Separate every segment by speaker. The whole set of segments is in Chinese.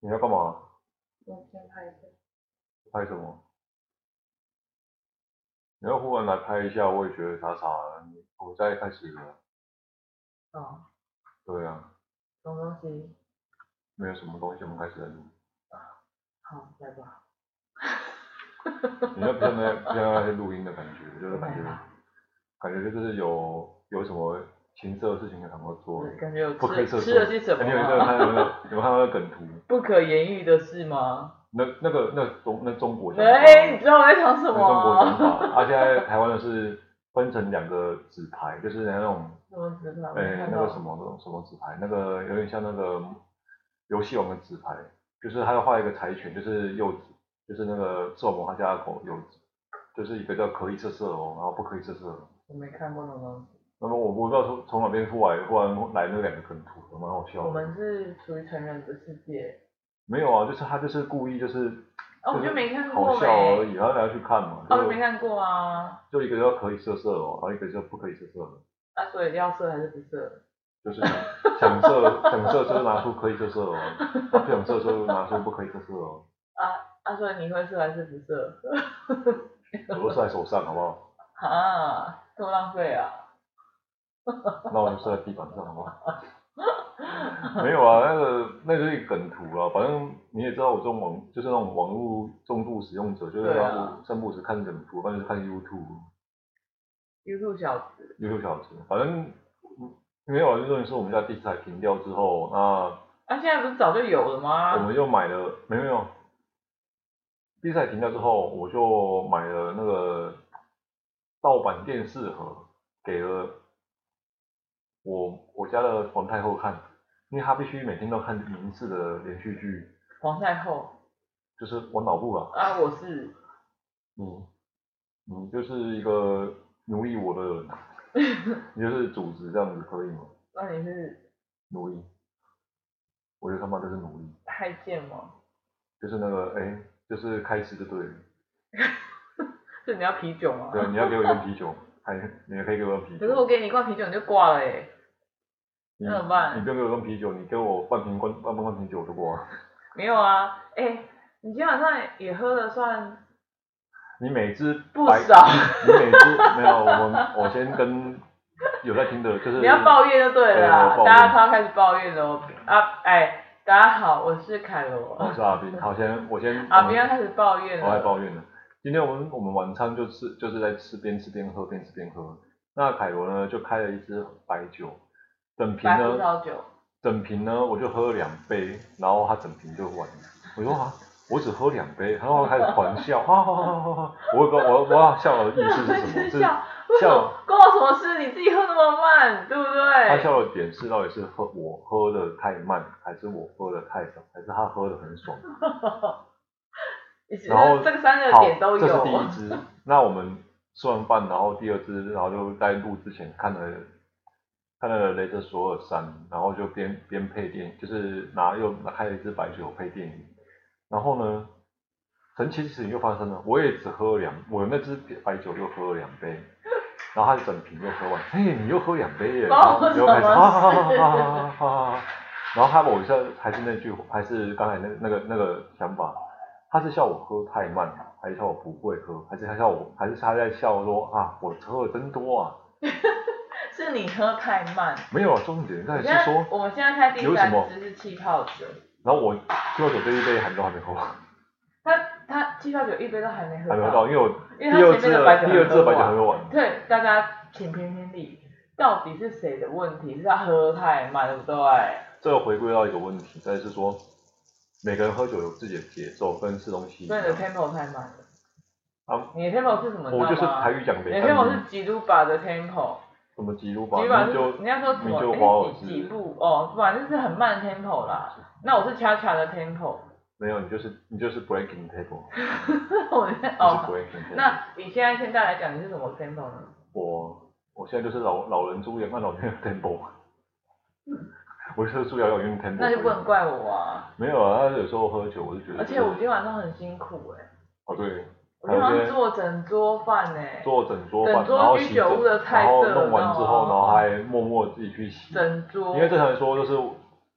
Speaker 1: 你要干嘛？
Speaker 2: 我先拍一下。
Speaker 1: 拍什么？你要忽然来拍一下，我也觉得傻傻的。你我在开始了。
Speaker 2: 哦，
Speaker 1: 对啊，
Speaker 2: 什么东西？
Speaker 1: 没有什么东西，我们开始来录。
Speaker 2: 好，来吧。
Speaker 1: 你那不像在不像在录音的感觉，就是感觉
Speaker 2: 对啊
Speaker 1: 感觉就是有有什么情色的事情赶快做，
Speaker 2: 感觉有
Speaker 1: 不可以涉
Speaker 2: 吃吃
Speaker 1: 足
Speaker 2: 了些什么
Speaker 1: 哎你有没有
Speaker 2: 吗？
Speaker 1: 看到那个有没有看到那个梗图？
Speaker 2: 不可言喻的事吗？
Speaker 1: 那那个那中那中国讲法
Speaker 2: 哎，你知道我在想什
Speaker 1: 那中
Speaker 2: 么
Speaker 1: 国讲
Speaker 2: 吗？
Speaker 1: 法，啊，现在台湾的是分成两个纸牌，就是那种
Speaker 2: 什么纸牌？我
Speaker 1: 哎、
Speaker 2: 没看
Speaker 1: 那个
Speaker 2: 到
Speaker 1: 什。么什么纸牌，那个有点像那个游戏王的纸牌，就是他要画一个柴犬，就是柚子，就是那个视网膜他家的狗柚子，就是一个叫可以色色哦，然后不可以色色哦。
Speaker 2: 我没看过那种东西。
Speaker 1: 那么我不知道从从哪边出来，忽然来那两个梗图，蛮好笑
Speaker 2: 我
Speaker 1: 的。
Speaker 2: 们是属于成人的世界。
Speaker 1: 没有啊，就是他就是故意就是，
Speaker 2: 哦，我就没看过
Speaker 1: 好笑而
Speaker 2: 没。
Speaker 1: 已，然后大家去看嘛。
Speaker 2: 哦，
Speaker 1: 就
Speaker 2: 我没看过啊。
Speaker 1: 就一个叫可以色色哦，然后一个叫不可以色色哦，
Speaker 2: 那啊所以要射还是不射？
Speaker 1: 就是想想色想色就拿出可以色色哦，啊不想色就拿出不可以色色哦。
Speaker 2: 啊啊，所以你会射还是不射？
Speaker 1: 我都射在手上，好不好？
Speaker 2: 啊，这么浪费啊！
Speaker 1: 那我就射在地板上，好不好？没有啊，那个那就是一个梗图啊，反正你也知道，我这种网就是那种网络重度使用者，就是
Speaker 2: 对啊
Speaker 1: 要不三不时看梗图，不然就是看 YouTube，YouTube
Speaker 2: YouTube 小子，
Speaker 1: 小子，反正嗯没有啊，就是说我们家第四台停掉之后，那
Speaker 2: 啊，现在不是早就有了
Speaker 1: 我
Speaker 2: 吗？
Speaker 1: 们就买了，没有没有，第四台停掉之后，我就买了那个盗版电视盒，给了我我家的皇太后看，因为她必须每天都看民视的连续剧，
Speaker 2: 皇太后
Speaker 1: 就是我脑部啊，
Speaker 2: 啊，我是
Speaker 1: 你你嗯就是一个奴役我的人，啊你就是组织这样子可以吗？
Speaker 2: 那你是
Speaker 1: 奴役，我就他妈就是奴役，
Speaker 2: 太监吗？
Speaker 1: 就是那个哎、就是开吃就对了，
Speaker 2: 是你要啤酒吗？
Speaker 1: 对，你要给我一罐啤酒，还你也可以给我一罐啤
Speaker 2: 可是
Speaker 1: 酒
Speaker 2: 我。给你一罐啤酒你就挂了哎、
Speaker 1: 你
Speaker 2: 那怎么办
Speaker 1: 嗯你不要给我一罐啤酒，你给我半瓶罐半罐啤酒就过了。
Speaker 2: 没有啊，哎、你今天晚上也喝的算
Speaker 1: 你每只
Speaker 2: 不
Speaker 1: 白
Speaker 2: 少，
Speaker 1: 你每次没有我们，我先跟有在听的，就是
Speaker 2: 你要抱怨就对了啦
Speaker 1: 对我抱怨
Speaker 2: 大家快要开始抱怨了哦啊，哎、大家好，我是凯
Speaker 1: 我
Speaker 2: 罗，
Speaker 1: 是阿斌，好，先我先
Speaker 2: 啊，
Speaker 1: 我
Speaker 2: 不
Speaker 1: 们
Speaker 2: 要开始抱怨
Speaker 1: 哦我还
Speaker 2: 了，
Speaker 1: 抱怨呢。今天我们我们晚餐就吃就是在吃边吃边喝边吃边喝。那凯罗呢就开了一支白酒，整瓶
Speaker 2: 白葡
Speaker 1: 呢
Speaker 2: 萄酒，
Speaker 1: 整瓶呢我就喝了两杯，然后他整瓶就完了。我说啊，我只喝两杯，然后他开始狂笑，哈哈哈哈哈！我也不知道我我要笑的意思是什 么，
Speaker 2: 真
Speaker 1: 是
Speaker 2: 笑，为什么关我什么事？你自己喝那么慢，对不
Speaker 1: 他
Speaker 2: 对？
Speaker 1: 笑的点是到底是喝我喝的太慢，还是我喝的太少，还是他喝的很爽？
Speaker 2: 你是
Speaker 1: 然后
Speaker 2: 这个三个
Speaker 1: 好，
Speaker 2: 点都
Speaker 1: 这是第
Speaker 2: 有
Speaker 1: 一， 支。那我们吃完饭，然后第二支，然后就在录之前看了看了《雷德索尔三》，然后就边边配电影，就是拿又拿开了一支白酒配电影。然后呢，神奇的事情又发生了，我也只喝了两，我那支白酒又喝了两杯。然后他整瓶又喝完，嘿，你又喝两杯耶，然
Speaker 2: 哦
Speaker 1: 后又开始，哈哈哈哈哈哈，然后他我现在还是那句，还是刚才那那个那个想法，他是笑我喝太慢，还是笑我不会喝，还是他笑我，还是他在笑说啊，我喝的真多啊？
Speaker 2: 是你喝太慢。
Speaker 1: 没有啊，重点在
Speaker 2: 我
Speaker 1: 于
Speaker 2: 现在
Speaker 1: 是说，
Speaker 2: 我们现在开第
Speaker 1: 有什
Speaker 2: 三
Speaker 1: 么
Speaker 2: 支是气泡酒，
Speaker 1: 然后我最后酒这一杯还都还没喝完，
Speaker 2: 他他气泡酒一杯都还没喝
Speaker 1: 还没喝到，因为我
Speaker 2: 因为
Speaker 1: 第二
Speaker 2: 他前
Speaker 1: 支
Speaker 2: 面
Speaker 1: 的
Speaker 2: 的白酒
Speaker 1: 第二支的白酒
Speaker 2: 还
Speaker 1: 还
Speaker 2: 没
Speaker 1: 没
Speaker 2: 喝
Speaker 1: 完，
Speaker 2: 对，大家请评评理，到底是谁的问题？是他喝太慢，对不对？
Speaker 1: 这又回归到一个问题，但是说每个人喝酒有自己的节奏跟吃东西一
Speaker 2: 所以
Speaker 1: 样
Speaker 2: 你的 tempo 太慢了。
Speaker 1: 啊，
Speaker 2: 你的 tempo 是什么？你
Speaker 1: 我就
Speaker 2: 知
Speaker 1: 是
Speaker 2: 道吗
Speaker 1: 台语讲
Speaker 2: 你
Speaker 1: 的，
Speaker 2: 的 tempo 是几度把的 tempo，
Speaker 1: 什么吉鲁
Speaker 2: 几
Speaker 1: 吧，
Speaker 2: 度把
Speaker 1: 你
Speaker 2: 是
Speaker 1: 就
Speaker 2: 人家说什么哎
Speaker 1: 你就华
Speaker 2: 诶
Speaker 1: 尔
Speaker 2: 几
Speaker 1: 兹
Speaker 2: 几步哦，反正是很慢的 tempo 啦。那我是恰恰的 tempo，
Speaker 1: 没有，你就是你就是 breaking table，你
Speaker 2: 我在
Speaker 1: 是
Speaker 2: 哦。
Speaker 1: breaking table。
Speaker 2: 那你现在现在来讲，你是什么 tempo 呢？
Speaker 1: 我我现在就是老老人猪也按老人的 tempo，我就是猪摇摇用 tempo。
Speaker 2: 那就不能。怪我啊！
Speaker 1: 没有啊，他有时候喝酒，我就觉得。
Speaker 2: 而且我今天晚上很辛苦哎、
Speaker 1: 哦对，
Speaker 2: 我今天晚上做整桌饭哎、
Speaker 1: 做整桌饭，
Speaker 2: 整桌
Speaker 1: 然后
Speaker 2: 居
Speaker 1: 洗
Speaker 2: 酒
Speaker 1: 整
Speaker 2: 屋的菜
Speaker 1: 然后
Speaker 2: 色
Speaker 1: 弄完之后，
Speaker 2: 你知道吗
Speaker 1: 然后还默默自己去洗，
Speaker 2: 整桌，
Speaker 1: 因为正常来说就是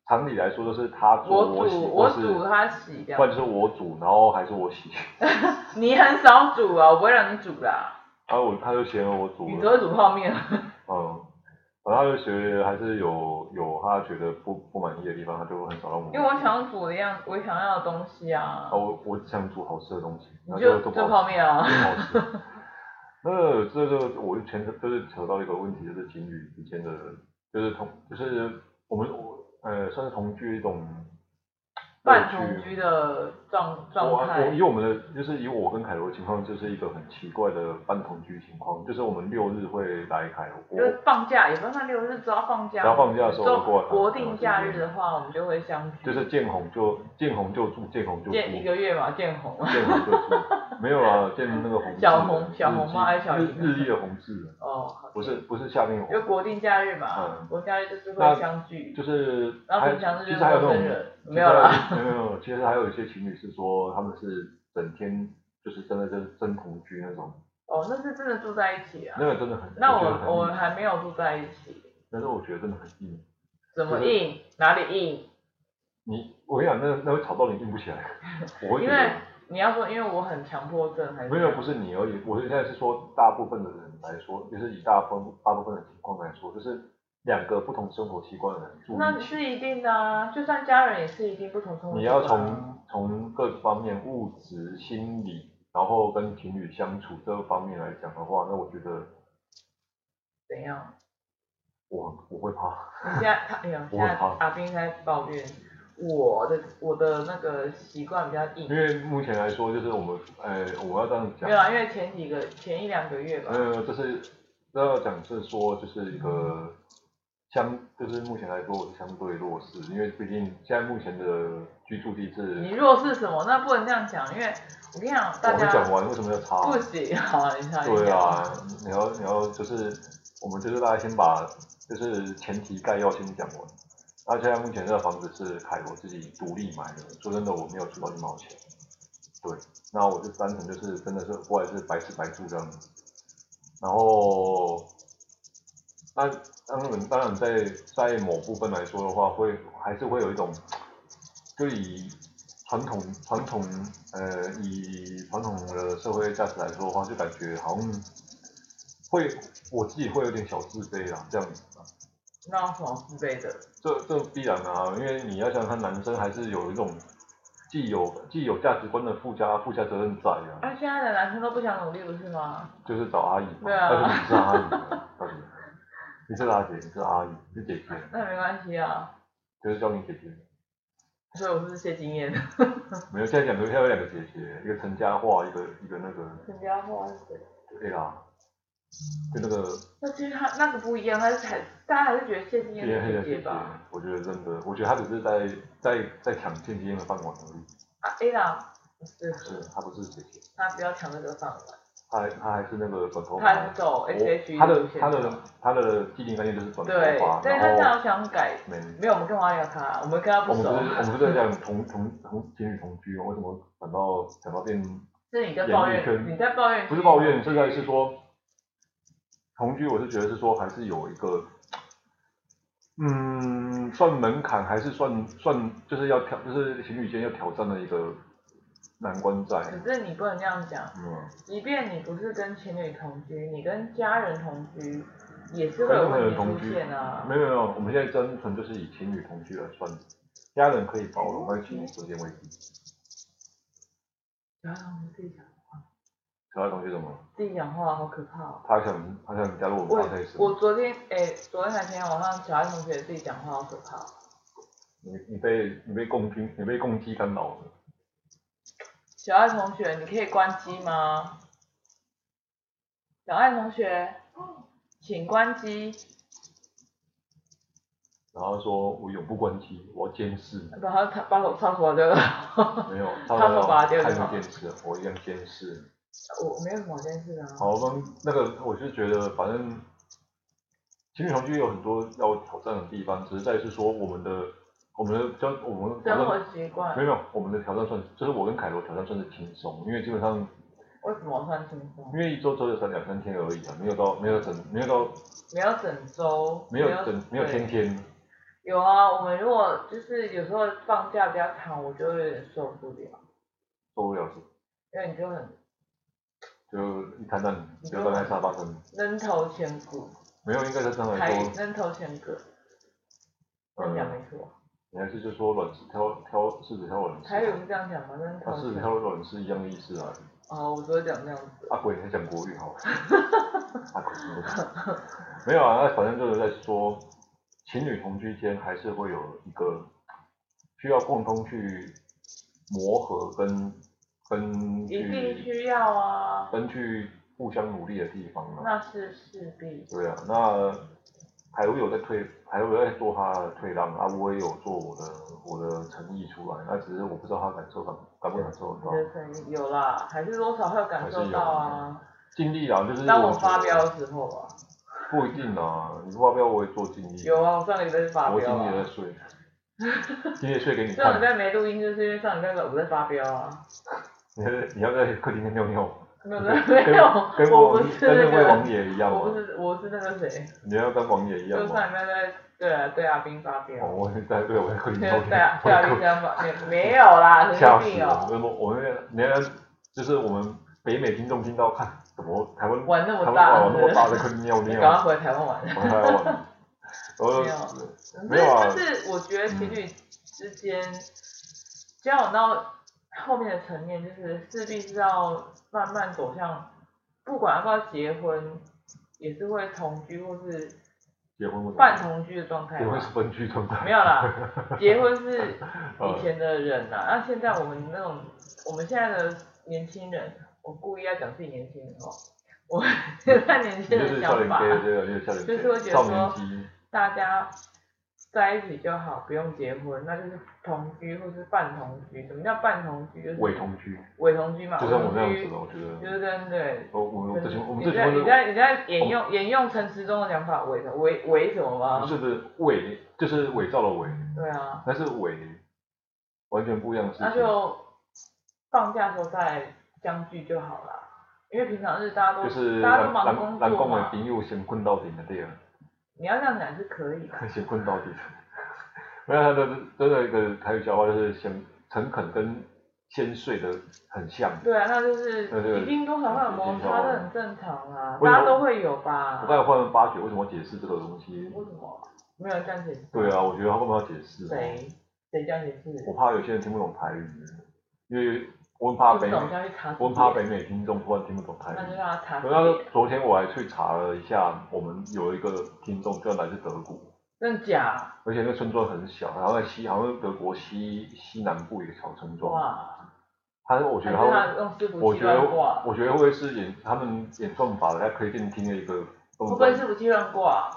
Speaker 1: 常理来说都是他
Speaker 2: 我
Speaker 1: 做洗，
Speaker 2: 煮
Speaker 1: 或
Speaker 2: 我
Speaker 1: 是
Speaker 2: 煮他洗这
Speaker 1: 不然
Speaker 2: 样
Speaker 1: 就，是我煮，然后还是我洗，
Speaker 2: 你很少煮啊，我不会让你煮啦，
Speaker 1: 然啊后我他就嫌我煮
Speaker 2: 你只
Speaker 1: 了，
Speaker 2: 会煮泡面。啊
Speaker 1: 嗯，然后他就觉得还是有有他觉得不不满意的地方，他就很少让我。
Speaker 2: 因为我想要煮的样，我想要的东西啊
Speaker 1: 啊，，我我只想煮好吃的东西，
Speaker 2: 你
Speaker 1: 然后
Speaker 2: 就
Speaker 1: 都不
Speaker 2: 就泡
Speaker 1: 好吃，
Speaker 2: 面啊
Speaker 1: 不。好吃。 那这就我就牵扯，就是扯到一个问题，就是情侣之间的，就是同，就是我们我呃算是同居一种
Speaker 2: 半
Speaker 1: 乐
Speaker 2: 同
Speaker 1: 趣
Speaker 2: 居的状
Speaker 1: 我
Speaker 2: 状
Speaker 1: 我
Speaker 2: 态
Speaker 1: 以，我们的就是以我跟凯罗的情况，就是一个很奇怪的半同居情况，就是我们六日会来凯罗，
Speaker 2: 就
Speaker 1: 我
Speaker 2: 是放假，也不是算六日，只要放假，
Speaker 1: 只要放假的时候
Speaker 2: 就
Speaker 1: 我过来看
Speaker 2: 国
Speaker 1: 看
Speaker 2: 定
Speaker 1: 我
Speaker 2: 假
Speaker 1: 这
Speaker 2: 日
Speaker 1: 边
Speaker 2: 的话，我们就会相聚，
Speaker 1: 就是见红就见红就住，见红就住，
Speaker 2: 见一
Speaker 1: 见
Speaker 2: 个月嘛，见红啊。
Speaker 1: 红就住， 没有啊，见那个红
Speaker 2: 小
Speaker 1: 字
Speaker 2: 红小
Speaker 1: 日
Speaker 2: 红
Speaker 1: 记
Speaker 2: 吗还是小
Speaker 1: 日
Speaker 2: 荧
Speaker 1: 日历的红字，
Speaker 2: 哦，好
Speaker 1: 不是不是夏令
Speaker 2: 因为
Speaker 1: 红，
Speaker 2: 国定假日嘛，
Speaker 1: 嗯
Speaker 2: 国定假日就是
Speaker 1: 那
Speaker 2: 会相聚，
Speaker 1: 就是
Speaker 2: 然后
Speaker 1: 还
Speaker 2: 平常日
Speaker 1: 其
Speaker 2: 就是
Speaker 1: 实还有
Speaker 2: 陌
Speaker 1: 那
Speaker 2: 生
Speaker 1: 种
Speaker 2: 人，没有啦。，
Speaker 1: 没有没有，其实还有一些情侣是说他们是整天就是真的就是真同居那种，
Speaker 2: 哦，那是真的住在一起啊
Speaker 1: 那。个真的很，
Speaker 2: 那
Speaker 1: 我觉得
Speaker 2: 我
Speaker 1: 很
Speaker 2: 我
Speaker 1: 硬
Speaker 2: 还没有住在一起，
Speaker 1: 但是我觉得真的很硬。
Speaker 2: 怎么
Speaker 1: 就是
Speaker 2: 硬？哪里硬？
Speaker 1: 你，我跟你讲，那那会吵到你硬不起来。我会
Speaker 2: 因
Speaker 1: 觉
Speaker 2: 为
Speaker 1: 得
Speaker 2: 你要说，因为我很强迫症还是？
Speaker 1: 没有，不是你而已。我是现在是说，大部分的人来说，就是以大部分大部分的情况来说，就是两个不同生活习惯的人住
Speaker 2: 那
Speaker 1: 一起，
Speaker 2: 是一定的啊，就算家人也是一定不同生活
Speaker 1: 你
Speaker 2: 习惯啊。
Speaker 1: 要从从各方面物质、心理，然后跟情侣相处这个方面来讲的话，那我觉得
Speaker 2: 怎样？
Speaker 1: 我我会怕。
Speaker 2: 你现在他哎呀，
Speaker 1: 我
Speaker 2: 现在
Speaker 1: 好
Speaker 2: 阿斌在抱怨我的我的那个习惯比较
Speaker 1: 因
Speaker 2: 硬，
Speaker 1: 为目前来说，就是我们呃，我要这样讲
Speaker 2: 没有，啊，因为前几个前一两个月吧，
Speaker 1: 呃，就是要讲是说，就是一个相，就是目前来说我是相对弱势，因为毕竟现在目前的居住地是，
Speaker 2: 你弱是什么？那不能这样讲，因为我跟你讲，
Speaker 1: 我
Speaker 2: 大
Speaker 1: 没
Speaker 2: 家
Speaker 1: 讲完为什么要插？
Speaker 2: 不行，好啊，你看，
Speaker 1: 对啊，你要你要就是我们就是大家先把就是前提概要先讲完。那现在目前这个房子是凯罗自己独立买的，说真的我没有出到一毛钱。对，那我就单纯就是真的是我也是白吃白住这样子。然后，那当然当然在在某部分来说的话，会还是会有一种，就以传统传统呃以传统的社会价值来说的话，就感觉好像会我自己会有点小自卑啦，这样子啊。
Speaker 2: 那有什么自卑的？
Speaker 1: 这这必然啊，因为你要想想看，男生还是有一种既有既有价值观的附加附加责任在啊，
Speaker 2: 啊，现在的男生都不想努力，不是吗？
Speaker 1: 就是找阿姨嘛，
Speaker 2: 对啊
Speaker 1: 但是你是阿姨啊，到底你是大姐，你是阿姨，你是姐姐，
Speaker 2: 那没关系啊，
Speaker 1: 就是叫你姐姐。
Speaker 2: 所以我是谢金燕。
Speaker 1: 没有，现在两个现在有两个姐姐，一个陈嘉桦，一个一个那个
Speaker 2: 陈嘉桦是谁？
Speaker 1: 对啦，就那个
Speaker 2: 那其实他那个不一样，他是还大家还是觉得谢金燕
Speaker 1: 也很
Speaker 2: 是
Speaker 1: 姐
Speaker 2: 姐姐
Speaker 1: 姐
Speaker 2: 吧？，
Speaker 1: 我觉得真的，我觉得她只是在在在抢现金的饭碗而已，
Speaker 2: 啊，A 啦，不是
Speaker 1: 是她不是姐姐，
Speaker 2: 他不要抢这个饭碗，
Speaker 1: 她她还是那个短头
Speaker 2: 他
Speaker 1: 发
Speaker 2: 还是。走
Speaker 1: 我
Speaker 2: S H E
Speaker 1: 她的
Speaker 2: 路线
Speaker 1: 她的她的既定概念就是短头
Speaker 2: 对
Speaker 1: 发，，
Speaker 2: 但是他这
Speaker 1: 然后
Speaker 2: 样想改，
Speaker 1: 没，
Speaker 2: 没有，我们干嘛要他？我们跟他
Speaker 1: 我
Speaker 2: 不
Speaker 1: 们
Speaker 2: 熟
Speaker 1: 不，是我们不是在讲同同同情侣同居，为什么讲到讲到变
Speaker 2: 是你在抱
Speaker 1: 演艺圈
Speaker 2: 怨，你在抱怨，
Speaker 1: 不是抱怨，现在是说同居，我是觉得是说还是有一个，嗯，算门槛还是算算就是要挑，就是情侣间要挑战的一个难关在。
Speaker 2: 可是你不能这样讲，
Speaker 1: 嗯，
Speaker 2: 即便你不是跟情侣同居，你跟家人同居，也是会
Speaker 1: 跟
Speaker 2: 有
Speaker 1: 任何
Speaker 2: 问
Speaker 1: 人
Speaker 2: 题
Speaker 1: 同
Speaker 2: 出
Speaker 1: 居，
Speaker 2: 现啊。
Speaker 1: 没有没有，我们现在单纯就是以情侣同居来算，家人可以包容，
Speaker 2: 哦
Speaker 1: 但情侣之间未必。
Speaker 2: 不要让我们自己讲，
Speaker 1: 其他同学怎么了？
Speaker 2: 自己讲话好可怕哦。
Speaker 1: 他想他想加入我
Speaker 2: 我
Speaker 1: 们 p o d
Speaker 2: 我昨天哎、昨天还前天晚上，小爱同学自己讲话好可怕哦。
Speaker 1: 你你被你被共军你被共机干扰了。
Speaker 2: 小爱同学，你可以关机吗？小爱同学，请关机。
Speaker 1: 然后说我永不关机，我要监视。
Speaker 2: 然后他把我插头掉了，
Speaker 1: 没有，
Speaker 2: 他说把它丢掉
Speaker 1: 看着电视，我一样监视。
Speaker 2: 我没有什么这件事啊。
Speaker 1: 好，刚那个我是觉得，反正情侣同居有很多要挑战的地方，只是在于是说我们的我们的挑我们的挑战
Speaker 2: 生活习惯
Speaker 1: 没有没有，我们的挑战算是就是我跟凯罗挑战算是轻松，因为基本上
Speaker 2: 为什么算轻松？
Speaker 1: 因为一周只有三两三天而已啊，没有到没有整没有到
Speaker 2: 没有整周，
Speaker 1: 没有整没有
Speaker 2: 对
Speaker 1: 天天，
Speaker 2: 有啊，我们如果就是有时候放假比较长，我就会有点受不了，
Speaker 1: 受不了什么，
Speaker 2: 因为你就很
Speaker 1: 就一摊到你就坐在沙发上面，
Speaker 2: 扔头前骨，
Speaker 1: 没有，应该是真的
Speaker 2: 还
Speaker 1: 说，
Speaker 2: 扔头前骨，这样讲
Speaker 1: 呃，
Speaker 2: 没错。
Speaker 1: 你还是就说卵是挑挑柿子挑卵
Speaker 2: 台语
Speaker 1: 是，
Speaker 2: 不是这样讲吗？扔
Speaker 1: 啊
Speaker 2: 头
Speaker 1: 柿子
Speaker 2: 前
Speaker 1: 挑卵是一样的意思啊。
Speaker 2: 哦，我只会讲这样子。
Speaker 1: 阿鬼在讲国语好了， 阿鬼听不懂。没有啊，那反正就是在说，情侣同居间还是会有一个需要共同去磨合跟跟
Speaker 2: 一定
Speaker 1: 去
Speaker 2: 需要啊，
Speaker 1: 跟去互相努力的地方嘛。
Speaker 2: 那是势必。
Speaker 1: 对啊，那海威有在退，海威在做他的退让啊，我也有做我的我的诚意出来，那只是我不知道他感受到感不感受得
Speaker 2: 你
Speaker 1: 到。
Speaker 2: 的声音有啦，还是多少会有感受到啊。
Speaker 1: 尽力啦，就是
Speaker 2: 当我
Speaker 1: 我觉得
Speaker 2: 发飙的时候啊，
Speaker 1: 不一定啊，你不发飙我也做尽力。
Speaker 2: 有啊，我上个礼拜就发
Speaker 1: 我今
Speaker 2: 飙
Speaker 1: 天也
Speaker 2: 啊
Speaker 1: 在。睡，今天睡给 你
Speaker 2: 上
Speaker 1: 看
Speaker 2: 礼。拜没录音，就是因为上礼拜我在发飙 啊。
Speaker 1: 你要你要在客厅尿尿，
Speaker 2: 没 有没有没有，
Speaker 1: 跟
Speaker 2: 我
Speaker 1: 王
Speaker 2: 不是
Speaker 1: 跟
Speaker 2: 那
Speaker 1: 那位
Speaker 2: 个
Speaker 1: 王，爷一样
Speaker 2: 我不
Speaker 1: 吗？
Speaker 2: 是我是那个谁，
Speaker 1: 你要跟王爷一样
Speaker 2: 就
Speaker 1: 吗？
Speaker 2: 上礼拜在对啊对阿斌发飙
Speaker 1: 哦，，我也在对我在客厅
Speaker 2: 对
Speaker 1: 尿
Speaker 2: 啊对啊
Speaker 1: 尿，
Speaker 2: 对阿斌这样发，没没有啦，神 经
Speaker 1: 吓死
Speaker 2: 病
Speaker 1: 了！
Speaker 2: 哦，
Speaker 1: 我们我们人家就是我们北美听众听到看怎么台湾
Speaker 2: 玩那
Speaker 1: 台
Speaker 2: 么
Speaker 1: 湾哇
Speaker 2: 大，
Speaker 1: 那么大的
Speaker 2: 是
Speaker 1: 客厅尿
Speaker 2: 不是 赶快
Speaker 1: 尿，
Speaker 2: 回台湾玩。
Speaker 1: 我还 玩，
Speaker 2: 没
Speaker 1: 然后
Speaker 2: 有
Speaker 1: 没有啊
Speaker 2: 就是嗯我觉得情侣之间交往到后面的层面，就是势必是要慢慢走向，不管要不要结婚，也是会同居或是
Speaker 1: 结婚为什
Speaker 2: 半
Speaker 1: 么？
Speaker 2: 同居的状态
Speaker 1: 结婚
Speaker 2: 吧
Speaker 1: 是。分居状态，
Speaker 2: 没有 啦，结婚是以前的人
Speaker 1: 哦
Speaker 2: 啦，那现在我们那种我们现在的年轻人，我故意要讲自己年轻人哦，我们现在年
Speaker 1: 你
Speaker 2: 轻
Speaker 1: 就
Speaker 2: 人
Speaker 1: 是
Speaker 2: 的
Speaker 1: 少
Speaker 2: 想
Speaker 1: 年
Speaker 2: 法，
Speaker 1: gay，对啊，就是少年 gay，
Speaker 2: 就是会觉得
Speaker 1: 少
Speaker 2: 说
Speaker 1: 年期，
Speaker 2: 大家在一起就好，不用结婚，那就是同居或是半同居。什么叫半同居？就是
Speaker 1: 伪同居，
Speaker 2: 伪同居嘛，
Speaker 1: 就
Speaker 2: 伪
Speaker 1: 像我
Speaker 2: 同
Speaker 1: 那样子
Speaker 2: 居
Speaker 1: 的，我觉
Speaker 2: 就
Speaker 1: 得。
Speaker 2: 是跟对。
Speaker 1: 我我们这群我们这
Speaker 2: 你在
Speaker 1: 群
Speaker 2: 你
Speaker 1: 婚
Speaker 2: 在你在沿用沿用陈时中的讲法，伪的伪伪什么
Speaker 1: 不
Speaker 2: 吗？
Speaker 1: 是不是伪，就是伪造的伪，
Speaker 2: 对啊，
Speaker 1: 但是伪完全不一样的事
Speaker 2: 那
Speaker 1: 情。
Speaker 2: 就放假的时候再相聚就好啦。因为平常日大家都、
Speaker 1: 就是
Speaker 2: 大家都
Speaker 1: 蓝
Speaker 2: 忙
Speaker 1: 蓝
Speaker 2: 工
Speaker 1: 蓝
Speaker 2: 作
Speaker 1: 共的
Speaker 2: 嘛，
Speaker 1: 朋友先困到底的对啊，
Speaker 2: 你要这样讲是可以的。
Speaker 1: 先困到底。没有，他的真的一个台语笑话就是先诚恳跟先睡的很像。
Speaker 2: 对啊，那就是
Speaker 1: 那就
Speaker 2: 一定多少会有摩擦，这很正常啊，
Speaker 1: 为什么
Speaker 2: 大家都会有
Speaker 1: 我
Speaker 2: 吧。
Speaker 1: 刚才忽然发觉，为什么解释这个东西？
Speaker 2: 为什么没有人这样解释？
Speaker 1: 对，啊，我觉得他干嘛要解释？
Speaker 2: 谁谁这样解释？
Speaker 1: 我怕有些人听不懂台语，因为我很怕
Speaker 2: 不
Speaker 1: 北美，
Speaker 2: 懂就要去查字典，
Speaker 1: 我很怕北美听众突然听不懂台语
Speaker 2: 那。就让他查字
Speaker 1: 然后
Speaker 2: 典，
Speaker 1: 昨天我还去查了一下，我们有一个听众就来自德国，
Speaker 2: 真假？
Speaker 1: 而且那村庄很小，然后在西，好像德国西西南部一个小村庄。
Speaker 2: 哇！
Speaker 1: 他我
Speaker 2: 我
Speaker 1: 觉得他，
Speaker 2: 用伺服
Speaker 1: 我
Speaker 2: 器
Speaker 1: 觉得
Speaker 2: 乱挂，
Speaker 1: 我觉得会是演他们演算法来推荐听的一个
Speaker 2: 会
Speaker 1: 动
Speaker 2: 不
Speaker 1: 作。
Speaker 2: 会伺服器乱挂？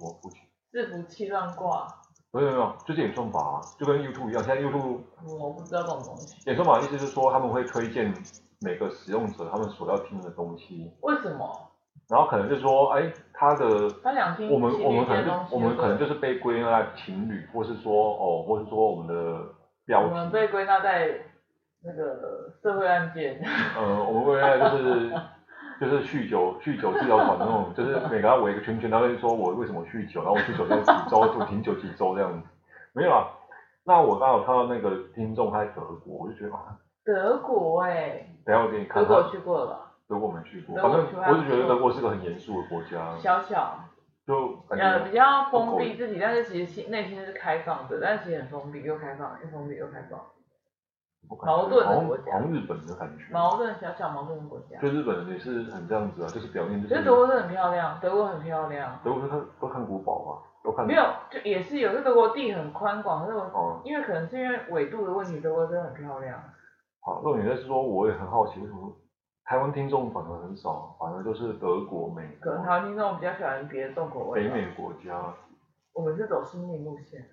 Speaker 1: 我不清
Speaker 2: 伺服器乱挂，
Speaker 1: 没有没有没有，就是演算法、啊，就跟 YouTube 一样。现在 YouTube
Speaker 2: 我不知道这种东西，
Speaker 1: 演算法的意思就是说他们会推荐每个使用者他们所要听的东西，
Speaker 2: 为什么？
Speaker 1: 然后可能就说，哎，他的
Speaker 2: 他想听
Speaker 1: 我们我们可能
Speaker 2: 情侣间的
Speaker 1: 就
Speaker 2: 东西
Speaker 1: 我们可能
Speaker 2: 对
Speaker 1: 就是被归纳在情侣，或是说哦，或是说我们的
Speaker 2: 不对我
Speaker 1: 标
Speaker 2: 们
Speaker 1: 题，
Speaker 2: 被归纳在那个社会案件，
Speaker 1: 呃，我们归纳就是就是酗酒酗酒治疗团那种，就是每个人围一个圈圈，然后就说我为什么酗酒，然后我酗酒就几周，就停酒几周这样子，没有啊。那我刚好看到那个听众他在德国，我就觉得啊，
Speaker 2: 德国哎，
Speaker 1: 等一下我给你看
Speaker 2: 德
Speaker 1: 他
Speaker 2: 国去过了吧？
Speaker 1: 德国没去过，
Speaker 2: 德
Speaker 1: 反
Speaker 2: 国
Speaker 1: 正
Speaker 2: 去过
Speaker 1: 我是觉得德国是个很严肃的国家，
Speaker 2: 小小。
Speaker 1: 就感
Speaker 2: 呃，
Speaker 1: 觉
Speaker 2: 比较封闭自己，但是其实心内心是开放的，但是其实很封闭，又开放，又封闭又开放，矛盾的
Speaker 1: 好像
Speaker 2: 国家
Speaker 1: 好像日本的感觉。
Speaker 2: 矛盾小小矛盾的国家。
Speaker 1: 就日本人也是很这样子啊，就是表面就
Speaker 2: 我觉
Speaker 1: 是
Speaker 2: 得德国真的很漂亮，德国很漂亮，
Speaker 1: 德国都看都看古堡吧，都看
Speaker 2: 没有就也是有，是德国地很宽广，德国
Speaker 1: 哦、
Speaker 2: 因为可能是因为纬度的问题，德国真的很漂亮。
Speaker 1: 好，重点是说我也很好奇，为什么台湾听众反而很少，反而就是德国、美
Speaker 2: 可
Speaker 1: 国、
Speaker 2: 能台湾听众比较喜欢别的重口味
Speaker 1: 北
Speaker 2: 吧，
Speaker 1: 美国家，
Speaker 2: 我们是走心灵路线，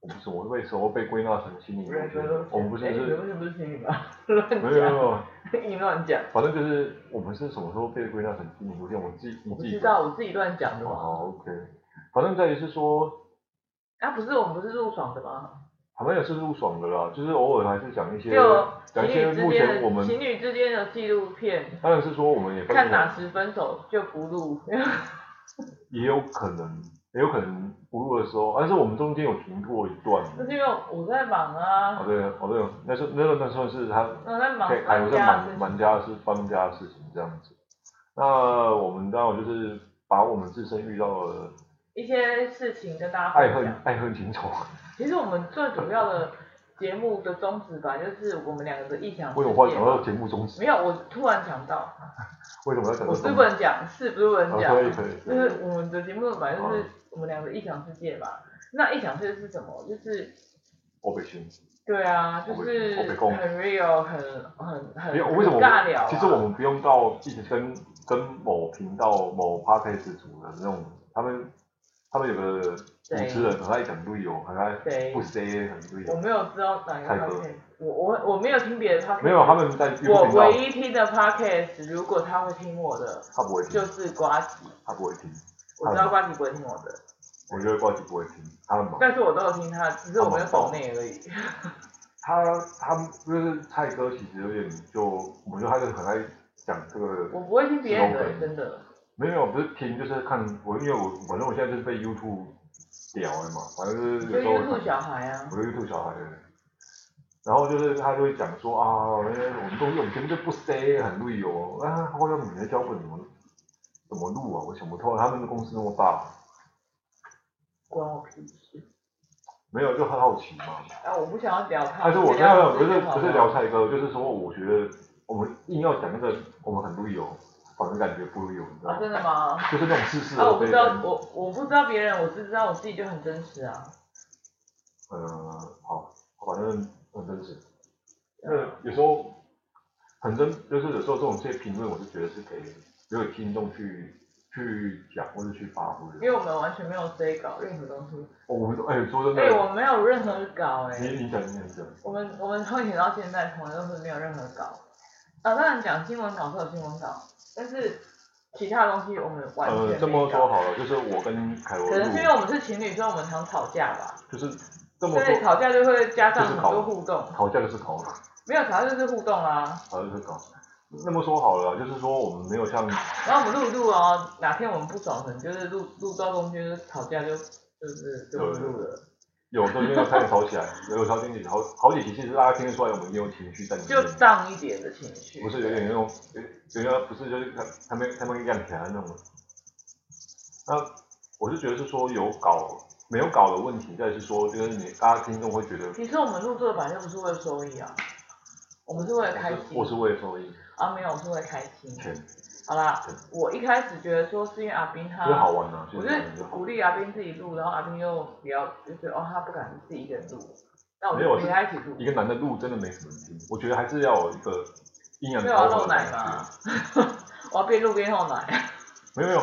Speaker 1: 我们怎么为什么被归纳成心理
Speaker 2: 不
Speaker 1: 学
Speaker 2: 是别的路线
Speaker 1: 我们不是
Speaker 2: 哎
Speaker 1: 就
Speaker 2: 你
Speaker 1: 是
Speaker 2: 们不是不是心灵吧？乱
Speaker 1: 没有没有没
Speaker 2: 讲，
Speaker 1: 有，
Speaker 2: 啊 你乱讲，
Speaker 1: 反正就是我们是什么时候被归纳成心理路线，我们自己我
Speaker 2: 我
Speaker 1: 们
Speaker 2: 不
Speaker 1: 自己
Speaker 2: 知道，我自己乱讲的嘛。
Speaker 1: 哦，OK，反正在于是说
Speaker 2: 啊，不是我们不是入爽的吗？
Speaker 1: 台湾也是入爽的啦，就是偶尔还是讲一些
Speaker 2: 就
Speaker 1: 讲
Speaker 2: 情
Speaker 1: 一些
Speaker 2: 侣之
Speaker 1: 目
Speaker 2: 间
Speaker 1: 前
Speaker 2: 的
Speaker 1: 我们
Speaker 2: 情侣之间的纪录片，
Speaker 1: 当然是说我们也分
Speaker 2: 看
Speaker 1: 享
Speaker 2: 哪时分手就不录，
Speaker 1: 也有可能，也有可能不录的时候，但是我们中间有停过一段。
Speaker 2: 那是因为我在忙啊
Speaker 1: 哦，对，哦对，那时候那个那时候是他
Speaker 2: 我在忙
Speaker 1: 可以还有
Speaker 2: 搬
Speaker 1: 在
Speaker 2: 家的
Speaker 1: 忙
Speaker 2: 事
Speaker 1: 忙
Speaker 2: 情。
Speaker 1: 家的事、搬家的事情这样子。那我们刚好就是把我们自身遇到的
Speaker 2: 一些事情跟大家
Speaker 1: 爱
Speaker 2: 分
Speaker 1: 恨
Speaker 2: 享。
Speaker 1: 爱恨情仇，
Speaker 2: 其实我们最主要的节目的宗旨吧，就是我们两个的异想世
Speaker 1: 为什么会
Speaker 2: 界
Speaker 1: 讲
Speaker 2: 嘛
Speaker 1: 到节目终止？
Speaker 2: 没有，我突然想到，
Speaker 1: 为什么要讲到
Speaker 2: 我是
Speaker 1: 终
Speaker 2: 不
Speaker 1: 止？
Speaker 2: 能讲，是不是不能讲
Speaker 1: 哦可以可以？可
Speaker 2: 就
Speaker 1: 以
Speaker 2: 是我们的节目本来就是
Speaker 1: 哦
Speaker 2: 我们两个的异想世界吧。那异想世界是什么？就是
Speaker 1: 我被熏。
Speaker 2: 对啊，就
Speaker 1: 我
Speaker 2: 是
Speaker 1: 我被控
Speaker 2: 很 real，很很很
Speaker 1: 没有，为什么我
Speaker 2: 很尬聊啊。
Speaker 1: 其实我们不用到一直跟跟某频道、某 podcast 组的那种，他们他们有个主持人很爱讲队友，很爱
Speaker 2: 对
Speaker 1: 不 say 很队
Speaker 2: 我
Speaker 1: 友，
Speaker 2: 没有知道哪个
Speaker 1: 泰戈
Speaker 2: podcast，我我我没有听别的 podcast，
Speaker 1: 没有他们在 y
Speaker 2: 我
Speaker 1: 频道
Speaker 2: 唯一听的 podcast，如果他会听我的，
Speaker 1: 他不会听
Speaker 2: 就，是瓜吉，
Speaker 1: 他不会听，
Speaker 2: 我知道瓜吉不会听我的，
Speaker 1: 我觉得瓜吉不会听，他很忙，
Speaker 2: 但是我都有听他，只是我没有抖内而已。
Speaker 1: 他他就是蔡哥其实有点就，我觉得他就很爱讲这个
Speaker 2: 我不会听别人的，真的。
Speaker 1: 没有没有，不是听，就是看我，因为我反正我现在就是被 YouTube 屌了嘛，反正就是有
Speaker 2: 就
Speaker 1: 时候我
Speaker 2: YouTube 小孩啊
Speaker 1: 我，是 YouTube 小孩的，然后就是他就会讲说啊，我们我们东西我们根本就不 say 很绿油，啊，后要你来教本怎么怎么录啊，我想不透，他们的公司那么大，
Speaker 2: 关我屁事。
Speaker 1: 没有就很好奇嘛。
Speaker 2: 啊，我不想要聊他。
Speaker 1: 但是我
Speaker 2: 直
Speaker 1: 没
Speaker 2: 接聊
Speaker 1: 有不
Speaker 2: 我自己
Speaker 1: 是
Speaker 2: 就好
Speaker 1: 不是
Speaker 2: 了
Speaker 1: 聊蔡哥，就是说我觉得我们硬要讲那个我们很绿油，反正感觉不绿油，你知道
Speaker 2: 啊，
Speaker 1: 吗？
Speaker 2: 真的吗？
Speaker 1: 就是那种似是
Speaker 2: 啊，
Speaker 1: 而
Speaker 2: 我不
Speaker 1: 非
Speaker 2: 知
Speaker 1: 的
Speaker 2: 道
Speaker 1: 感，觉。
Speaker 2: 我我不知道别人，我只知道我自己就很真实啊。
Speaker 1: 呃，好，反正很真实。
Speaker 2: 嗯
Speaker 1: 那有时候很真，就是有时候这种这些评论，我是觉得是给留给听众去去讲或者去发挥
Speaker 2: 因
Speaker 1: 的。
Speaker 2: 为我们完全没有 say 搞任何东西，
Speaker 1: 哦我们说，哎、说真
Speaker 2: 哎、
Speaker 1: 的，
Speaker 2: 我没有任何搞哎、
Speaker 1: 你你讲你讲你讲，
Speaker 2: 我们我们从以前到现在，从来都是没有任何稿。啊，当然讲新闻稿是有新闻稿，但是其他东西我们完全没
Speaker 1: 呃，
Speaker 2: 有。
Speaker 1: 这么说好了，就是我跟凯文
Speaker 2: 可能是因为
Speaker 1: 录，
Speaker 2: 我们是情侣，所以我们常吵架吧。
Speaker 1: 就是这么
Speaker 2: 所以
Speaker 1: 说，
Speaker 2: 吵架就会加上
Speaker 1: 就是
Speaker 2: 很
Speaker 1: 搞
Speaker 2: 多互动，
Speaker 1: 吵架就是吵，
Speaker 2: 没有吵架就是互动啊。
Speaker 1: 吵架就是吵。那么说好了，就是说我们没有像
Speaker 2: 然后我们录一录哦，哪天我们不爽，可能就是录录到中间就是吵架就就是就不录了，
Speaker 1: 有中间有差点吵起来，有吵点好好几集，其实大家听得出来我们也有情绪在里面
Speaker 2: 就。荡一点的情绪。
Speaker 1: 不是有点那种，有有点不是就是他他们他们养起来那种。那我是觉得是说有搞没有搞的问题，再是说就是你大家听众会觉得
Speaker 2: 其实我们录这个本来就不是为了收益啊，我们是为了开心
Speaker 1: 我是我是为了收益
Speaker 2: 啊，没有，我是为了开心。
Speaker 1: 钱，
Speaker 2: 好啦，我一开始觉得说是因为阿斌他
Speaker 1: 就是，好玩啊，就
Speaker 2: 我
Speaker 1: 是
Speaker 2: 是鼓励阿斌自己录，然后阿斌又比较就是哦，他不敢自己一个人录，那我
Speaker 1: 没有
Speaker 2: 就
Speaker 1: 我是
Speaker 2: 陪他一起录
Speaker 1: 一，个男的录真的没什么人听，我觉得还是要有一个阴阳
Speaker 2: 所以我要
Speaker 1: 调和
Speaker 2: 露
Speaker 1: 的
Speaker 2: 奶
Speaker 1: 感
Speaker 2: 嘛
Speaker 1: 觉。，
Speaker 2: 我要边录边露奶。
Speaker 1: 没有没有，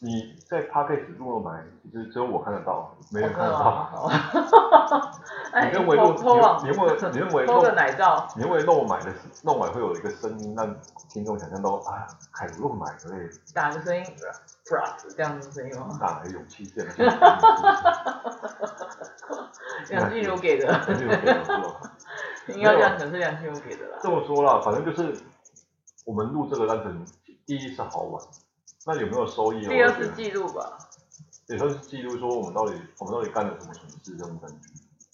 Speaker 1: 你在 p o d c a s 录了买，就是只有我看得到，没人
Speaker 2: 真
Speaker 1: 看得
Speaker 2: 的
Speaker 1: 到。
Speaker 2: 吗？哎，
Speaker 1: 你认为录
Speaker 2: 偷偷网
Speaker 1: 你认为你认为
Speaker 2: 偷
Speaker 1: 录
Speaker 2: 个奶罩，
Speaker 1: 你为肉买的肉买会有一个声音，让听众想象到啊，凯肉买之类的，
Speaker 2: 打个声音，bra 这样子的声音吗？
Speaker 1: 哪来勇气这样讲？那
Speaker 2: 梁静茹给的，
Speaker 1: 就给我做。
Speaker 2: 应该这样讲是梁静茹给的啦。
Speaker 1: 这么说啦，反正就是我们录这个单纯，第一是好玩，那有没有收益？啊
Speaker 2: 第二
Speaker 1: 我觉
Speaker 2: 次
Speaker 1: 得
Speaker 2: 啊记录吧，
Speaker 1: 也算是记录说我们到底我们到底干了什么蠢事这种感觉。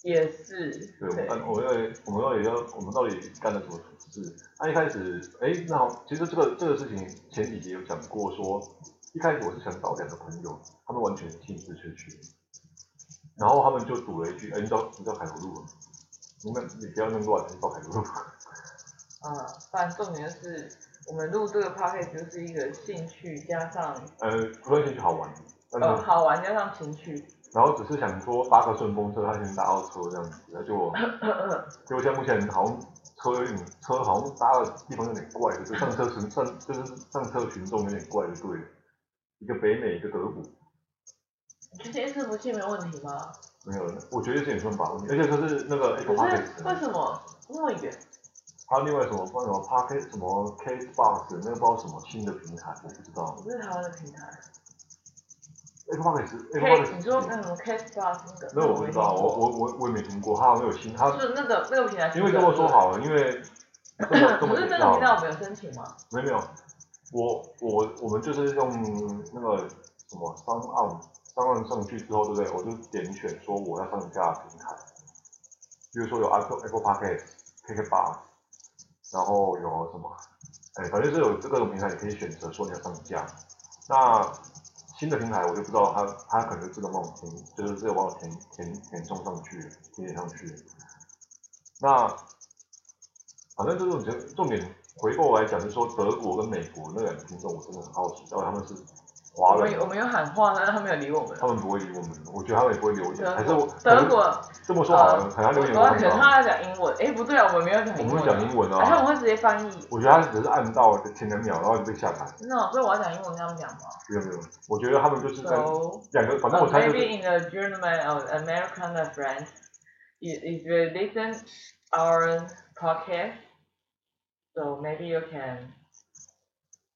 Speaker 2: 也是，
Speaker 1: 对，我们
Speaker 2: 对，
Speaker 1: 干我们到底我们到底要我们到底干了什么蠢事？那一开始，哎，那好其实这个这个事情前几集有讲过说，一开始我是想找两个朋友，他们完全兴致缺缺，然后他们就赌了一句，哎，你知道你知道海螺路吗？你们你不要那么乱，你找海螺路。
Speaker 2: 嗯，反正重点就是我们录这个 p o d c a s t 就是一个兴趣加上
Speaker 1: 呃，不论兴趣好玩，但
Speaker 2: 呃
Speaker 1: 是
Speaker 2: 好玩加上情趣，
Speaker 1: 然后只是想说搭个顺风车，他先搭到车这样子，那就结果现在目前好像车有点车好像搭的地方有点怪，就是上车群上就是上车群众有点怪，就对了，一个北美一个德国，
Speaker 2: 你觉得音视服器没问题吗？
Speaker 1: 没有，我觉得这也算把握，而且就是那个 Apple
Speaker 2: 可
Speaker 1: Park，
Speaker 2: 是为什么那么远？
Speaker 1: 还有另外什么什么 Park 什么 Case Box 那个不知道什么新的平台，我不知道
Speaker 2: 不是台湾的平台
Speaker 1: Apple Park 是 Apple
Speaker 2: ，K 你说
Speaker 1: Park
Speaker 2: 那
Speaker 1: 是
Speaker 2: 什么 Case Plus 那个？
Speaker 1: 那我不知道，我我我我也没听过，他好像有新，他
Speaker 2: 就是那个那个平台，
Speaker 1: 因为这么说。好了，因为这么这
Speaker 2: 可
Speaker 1: 么
Speaker 2: 是
Speaker 1: 简
Speaker 2: 这
Speaker 1: 单
Speaker 2: 个
Speaker 1: 好
Speaker 2: 频
Speaker 1: 了
Speaker 2: 道我们有申请吗？
Speaker 1: 没有没有，我我我们就是用那个什么 s o u n 上岸上去之后，对不对？我就点选说我要上架的平台，比如说有 Apple Apple Podcast、KK 八，然后有什么，哎，反正是有这各种平台，你可以选择说你要上架。那新的平台我就不知道它它可能就自动帮我填，就是自动帮我填填填充上去，填写上去。那反正这种就重点回过来讲，就是说德国跟美国那两个听众，我真的很好奇，到底他们是
Speaker 2: 我
Speaker 1: 华
Speaker 2: 们
Speaker 1: 人
Speaker 2: 有我们有喊话，但是他没有理我们。
Speaker 1: 他们不会理我们，我觉得他们也不会留言，还是
Speaker 2: 德
Speaker 1: 我
Speaker 2: 国，德国，
Speaker 1: 这么说好
Speaker 2: 呃
Speaker 1: 了，可能他留言
Speaker 2: 我
Speaker 1: 我
Speaker 2: 我
Speaker 1: 看
Speaker 2: 可
Speaker 1: 不
Speaker 2: 能
Speaker 1: 到，
Speaker 2: 他在讲英文，哎，不对啊，我们没有讲
Speaker 1: 我
Speaker 2: 英
Speaker 1: 们
Speaker 2: 文
Speaker 1: 会
Speaker 2: 啊，
Speaker 1: 讲英文
Speaker 2: 哎，他们
Speaker 1: 啊，
Speaker 2: 会直接翻译。
Speaker 1: 我觉得他只是按到前两秒，然后就被下台，
Speaker 2: 真的哦，所以我要讲英文跟他们讲嘛。
Speaker 1: 没有没有，我觉得他们就是在
Speaker 2: So
Speaker 1: 两个，反正
Speaker 2: uh,
Speaker 1: 我猜就是
Speaker 2: maybe in the German or American or French, i- if you listen our podcast, so maybe you can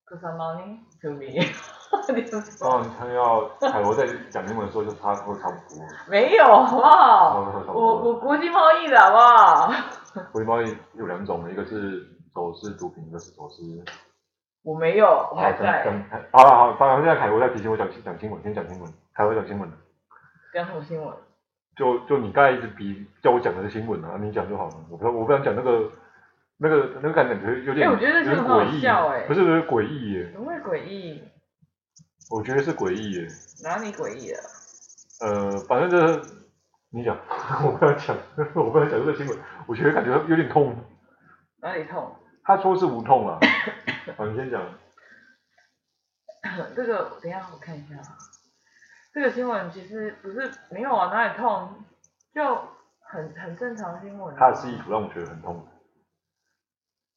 Speaker 2: put some money to me.
Speaker 1: 当然哦他要海螺在讲英文的时候，就他会差不多，
Speaker 2: 没有
Speaker 1: 哦
Speaker 2: 好不好？
Speaker 1: 他会差不
Speaker 2: 我
Speaker 1: 多。
Speaker 2: 我国际贸易的好不好？
Speaker 1: 国际贸易有两种，一个是走私毒品，一个是走私。
Speaker 2: 我没有，我
Speaker 1: 好
Speaker 2: 还
Speaker 1: 讲
Speaker 2: 在
Speaker 1: 讲，好了好了，当然现在凯国在提醒我讲讲新闻，先讲新闻，凯国讲新闻。
Speaker 2: 讲什么新闻？
Speaker 1: 就就你刚才一直比叫我讲的是新闻啊，你讲就好了。我不我不想讲那个那个那个感觉有点，
Speaker 2: 哎我觉得这
Speaker 1: 有点
Speaker 2: 个很好
Speaker 1: 诡异，
Speaker 2: 笑哎
Speaker 1: 不是不是诡异耶，
Speaker 2: 怎么会诡异？
Speaker 1: 我觉得是诡异耶。
Speaker 2: 哪里诡异了？
Speaker 1: 呃，反正就是你讲， 我不想讲，我不想讲这个新闻，我觉得感觉有点痛。
Speaker 2: 哪里痛？
Speaker 1: 他说是无痛啊， 好，你先讲。
Speaker 2: 这个等一下我看一下啊，这个新闻其实不是没有往哪里痛，就很很正常的新闻啊。
Speaker 1: 他的示意图让我觉得很痛。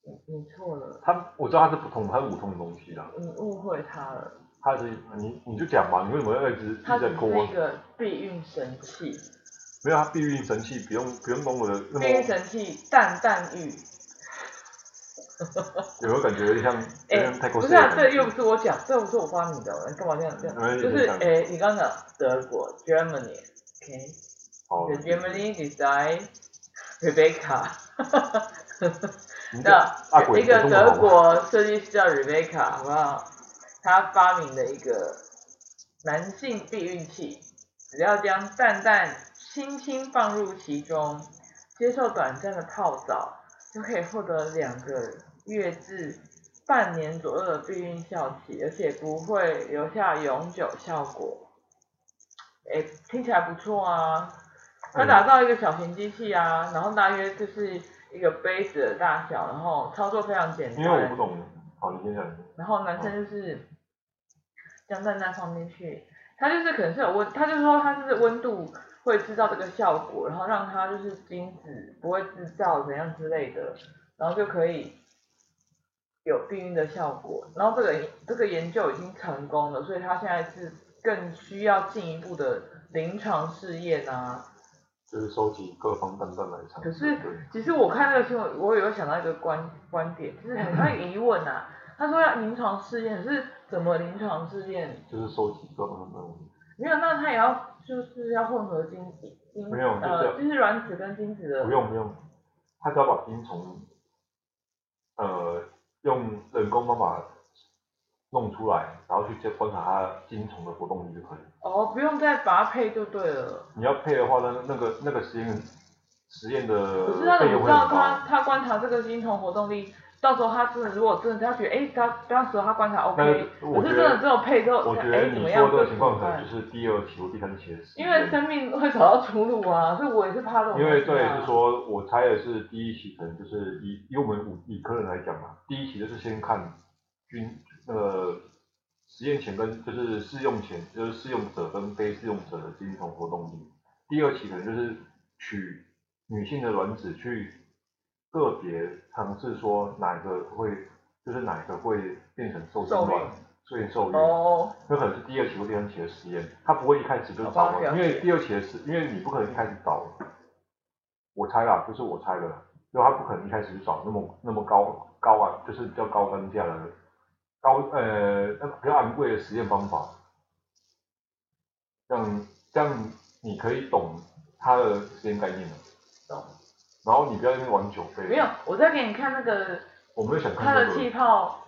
Speaker 2: 你你错了，
Speaker 1: 他我知道他是不痛，他是无痛的东西啦。
Speaker 2: 你误会他了，
Speaker 1: 他是你你就讲嘛，你为什么要一直一直
Speaker 2: 他
Speaker 1: 在
Speaker 2: 只
Speaker 1: 拖？
Speaker 2: 是一个避孕神器，
Speaker 1: 没有，他避孕神器不用不用跟我的那
Speaker 2: 避
Speaker 1: 么
Speaker 2: 孕神器淡淡浴。
Speaker 1: 有没有感觉有点像有
Speaker 2: 哎、
Speaker 1: 点太过
Speaker 2: 不
Speaker 1: 分
Speaker 2: 是
Speaker 1: 了？
Speaker 2: 啊，这又不是我讲，这不是我发明的，你干嘛这样这样？
Speaker 1: 没关系
Speaker 2: 就是
Speaker 1: 你讲
Speaker 2: 哎、你刚刚讲德国 Germany，OK，、
Speaker 1: 好
Speaker 2: The Germany design Rebecca，
Speaker 1: 你
Speaker 2: 那
Speaker 1: 讲啊鬼
Speaker 2: 一个
Speaker 1: 中文好
Speaker 2: 德
Speaker 1: 吗
Speaker 2: 国设计师叫 Rebecca，好不好？他发明的一个男性避孕器，只要将蛋蛋轻轻放入其中，接受短暂的泡澡，就可以获得两个月至半年左右的避孕效期，而且不会留下永久效果。哎，听起来不错啊！他
Speaker 1: 嗯
Speaker 2: 打造一个小型机器啊，然后大约就是一个杯子的大小，然后操作非常简单。
Speaker 1: 因为我不懂，好，你先讲。
Speaker 2: 然后男生就是将蛋蛋放进去，他就是可能是有温，他就说他就是温度会制造这个效果，然后让它就是精子不会制造怎样之类的，然后就可以有避孕的效果。然后这个这个研究已经成功了，所以他现在是更需要进一步的临床试验啊，
Speaker 1: 就是收集各方蛋蛋来尝试。
Speaker 2: 可是
Speaker 1: 对，
Speaker 2: 其实我看那个新闻，我有想到一个观观点，就是很多疑问啊。他说要临床试验，可是怎么临床试验？
Speaker 1: 就是收集各方蛋蛋。
Speaker 2: 没有，那他也要就是要混合精精
Speaker 1: 没有就是
Speaker 2: 呃，就是卵子跟精子的
Speaker 1: 不。用不用，他只要把精虫，呃，用人工方法弄出来，然后去接观察它精虫的活动力就可以了。
Speaker 2: 哦，不用再把它配就对了。
Speaker 1: 你要配的话，那那个那个实验实验的
Speaker 2: 可是他怎
Speaker 1: 费
Speaker 2: 么
Speaker 1: 用
Speaker 2: 知
Speaker 1: 会很
Speaker 2: 道
Speaker 1: 高
Speaker 2: 他。他观察这个精虫活动力？到时候他真的如果真的他觉得哎，他当时他观察 OK，
Speaker 1: 但是我
Speaker 2: 可
Speaker 1: 觉
Speaker 2: 是
Speaker 1: 得
Speaker 2: 真的只有配之后，
Speaker 1: 我觉
Speaker 2: 哎
Speaker 1: 得
Speaker 2: 怎
Speaker 1: 你
Speaker 2: 么
Speaker 1: 说
Speaker 2: 样
Speaker 1: 这个情
Speaker 2: 就怎
Speaker 1: 况
Speaker 2: 么
Speaker 1: 可能
Speaker 2: 办？
Speaker 1: 就是第二期或第三期的实验。
Speaker 2: 因为生命会找到出路啊，所以我也是怕这种东
Speaker 1: 因
Speaker 2: 西啊。
Speaker 1: 为对是说，我猜的是第一期可能就是以以我们五以科人来讲嘛，第一期就是先看军那个实验前跟就是试用前，就是试用者跟非试用者的精虫活动力。第二期可能就是取女性的卵子去个别尝试说哪个会就是哪个会变成受精
Speaker 2: 受
Speaker 1: 卵
Speaker 2: 孕，
Speaker 1: 所以受孕。
Speaker 2: 哦，
Speaker 1: 那可能是第二期或第三期的实验，他不会一开始就找
Speaker 2: 好吧
Speaker 1: 我，
Speaker 2: 了
Speaker 1: 因
Speaker 2: 解
Speaker 1: 为第二期的实，因为你不可能一开始找，我猜啦，就是我猜的，就他不可能一开始就找那么那么高高啊，就是比较高单价的高呃那比较昂贵的实验方法，这样这样你可以懂它的实验概念了，
Speaker 2: 懂
Speaker 1: 然后你不要在那边玩酒杯，
Speaker 2: 没有，我在给你看那个
Speaker 1: 我没有想
Speaker 2: 它
Speaker 1: 看这
Speaker 2: 的气
Speaker 1: 个，
Speaker 2: 泡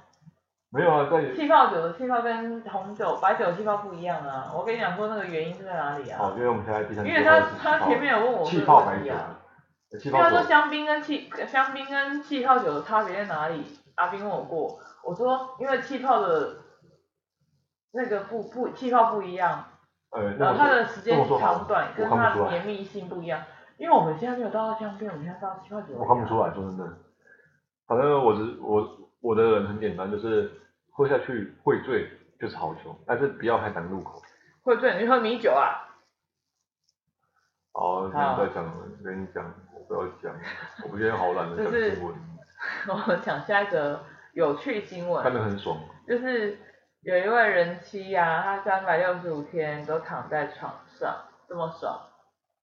Speaker 1: 没有啊，在
Speaker 2: 气泡酒的气泡跟红酒、白酒的气泡不一样啊。我跟你讲说那个原因是在哪里啊？
Speaker 1: 哦，因为我们现在第三
Speaker 2: 因
Speaker 1: 阶
Speaker 2: 为
Speaker 1: 段
Speaker 2: 他
Speaker 1: 是气
Speaker 2: 他
Speaker 1: 泡
Speaker 2: 前面有问我
Speaker 1: 气
Speaker 2: 这
Speaker 1: 泡
Speaker 2: 个
Speaker 1: 白
Speaker 2: 问题
Speaker 1: 酒
Speaker 2: 啊，，
Speaker 1: 气
Speaker 2: 因为他
Speaker 1: 泡
Speaker 2: 说
Speaker 1: 酒
Speaker 2: 香槟跟气香槟跟气泡酒的差别在哪里？阿斌问我过，我说因为气泡的那个不不气泡不一样，
Speaker 1: 呃，
Speaker 2: 然
Speaker 1: 那
Speaker 2: 后它
Speaker 1: 我
Speaker 2: 的时间
Speaker 1: 这么说好
Speaker 2: 长短跟
Speaker 1: 我看
Speaker 2: 它
Speaker 1: 不出
Speaker 2: 的
Speaker 1: 来
Speaker 2: 绵密性不一样。因为我们现在没有到香槟，我们现在到气泡酒。
Speaker 1: 我看不出来，说真的，反正我只我我的人很简单，就是喝下去会醉就是好酒，但是不要太难入口。
Speaker 2: 会醉，你去喝米酒啊？
Speaker 1: 哦，你
Speaker 2: 好
Speaker 1: 不要讲了，跟你讲，我不要讲，我不今天好懒得讲
Speaker 2: 就是
Speaker 1: 新闻，
Speaker 2: 我们讲下一个有趣新闻。
Speaker 1: 看得很爽。
Speaker 2: 就是有一位人妻呀、她三百六十五天都躺在床上，这么爽。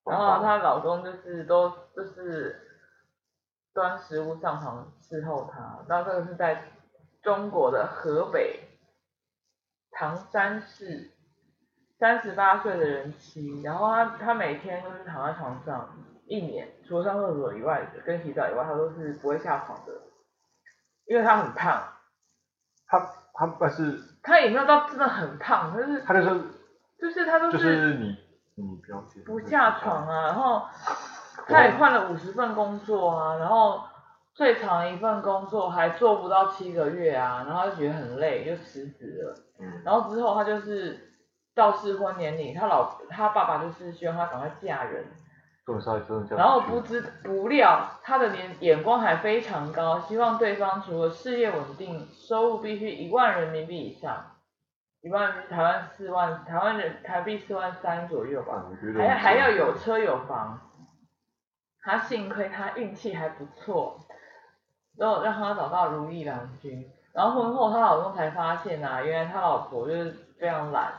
Speaker 2: 然后她老公就是都就是端食物上床伺候她，然后这个是在中国的河北唐山市，三十八岁的人妻，然后她她每天都是躺在床上，一年除了上厕所以外，跟洗澡以外，她都是不会下床的，因为她很胖。
Speaker 1: 他他但是
Speaker 2: 他也没有到真的很胖，但是
Speaker 1: 他就是
Speaker 2: 就是他都
Speaker 1: 就是是你你不要接
Speaker 2: 不下床啊，然后他也换了五十份工作啊，然后最长一份工作还做不到七个月啊，然后他觉得很累就辞职了，
Speaker 1: 嗯，
Speaker 2: 然后之后他就是到适婚年龄，他老他爸爸就是希望他赶快嫁人，
Speaker 1: 重点是他真的这样。
Speaker 2: 然后不知不料，他的眼眼光还非常高，希望对方除了事业稳定，收入必须一万人民币以上，一万人民币台湾四万，台湾人台币四万三左右吧，
Speaker 1: 啊，我觉得
Speaker 2: 还要还要有车有房。他幸亏他运气还不错，然后让他找到如意郎君。然后婚后她老公才发现啊，原来他老婆就是非常懒，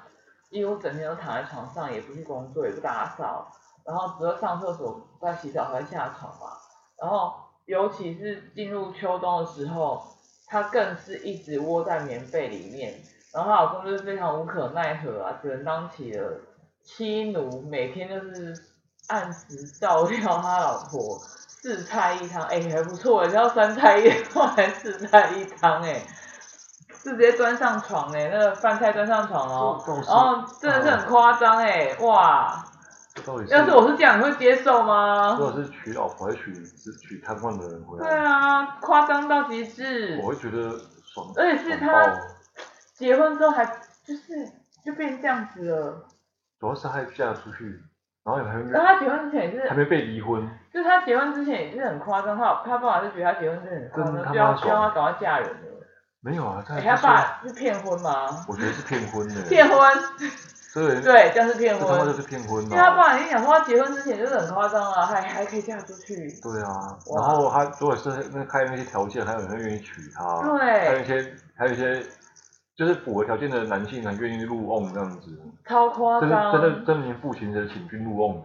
Speaker 2: 几乎整天都躺在床上，也不去工作，也不打扫，然后只有上厕所、在洗澡才会下床嘛。然后尤其是进入秋冬的时候，她更是一直窝在棉被里面，然后她老公就是非常无可奈何啊，只能当起了妻奴，每天就是按时照料她老婆。四菜一汤，哎、还不错，只要三菜一汤还四菜一汤，哎，是直接端上床哎、那个饭菜端上床哦，
Speaker 1: 这种事啊
Speaker 2: 然后真的是很夸张哎，哇！
Speaker 1: 到底
Speaker 2: 要是我是这样，你会接受吗？
Speaker 1: 如果是娶老婆还是娶是娶瘫痪的人回
Speaker 2: 对
Speaker 1: 来，
Speaker 2: 啊，夸张到极致
Speaker 1: 我，会觉得爽。
Speaker 2: 啊而且是
Speaker 1: 爽
Speaker 2: 他
Speaker 1: 爆哦
Speaker 2: 结婚之后还就是就变这样子了。
Speaker 1: 主要是他嫁出去，然后也还没
Speaker 2: 然后他结婚之前也
Speaker 1: 还
Speaker 2: 是，
Speaker 1: 没被离婚，
Speaker 2: 就是他结婚之前也是很夸张，他他爸爸就觉得他结婚真的很夸
Speaker 1: 真他妈
Speaker 2: 张，就要
Speaker 1: 爽
Speaker 2: 就要他赶快嫁人了。
Speaker 1: 没有啊，他
Speaker 2: 哎、
Speaker 1: 还
Speaker 2: 他
Speaker 1: 是说
Speaker 2: 爸是骗婚吗？
Speaker 1: 我觉得是骗婚的，
Speaker 2: 骗婚，
Speaker 1: 这个人
Speaker 2: 对，这样是骗
Speaker 1: 这他妈
Speaker 2: 婚
Speaker 1: 就。是骗婚
Speaker 2: 因为他
Speaker 1: 啊，
Speaker 2: 爸已经讲说，他结婚之前就是很夸张啊，还还可以嫁出去。
Speaker 1: 对啊，
Speaker 2: 哇
Speaker 1: 然后他如果是那开那些条件，还有人愿意娶她，
Speaker 2: 对
Speaker 1: 哦还有一些还有一些就是符合条件的男性还愿意入瓮这样子，
Speaker 2: 超夸
Speaker 1: 真
Speaker 2: 张，
Speaker 1: 的真的真的连父亲的请君入瓮，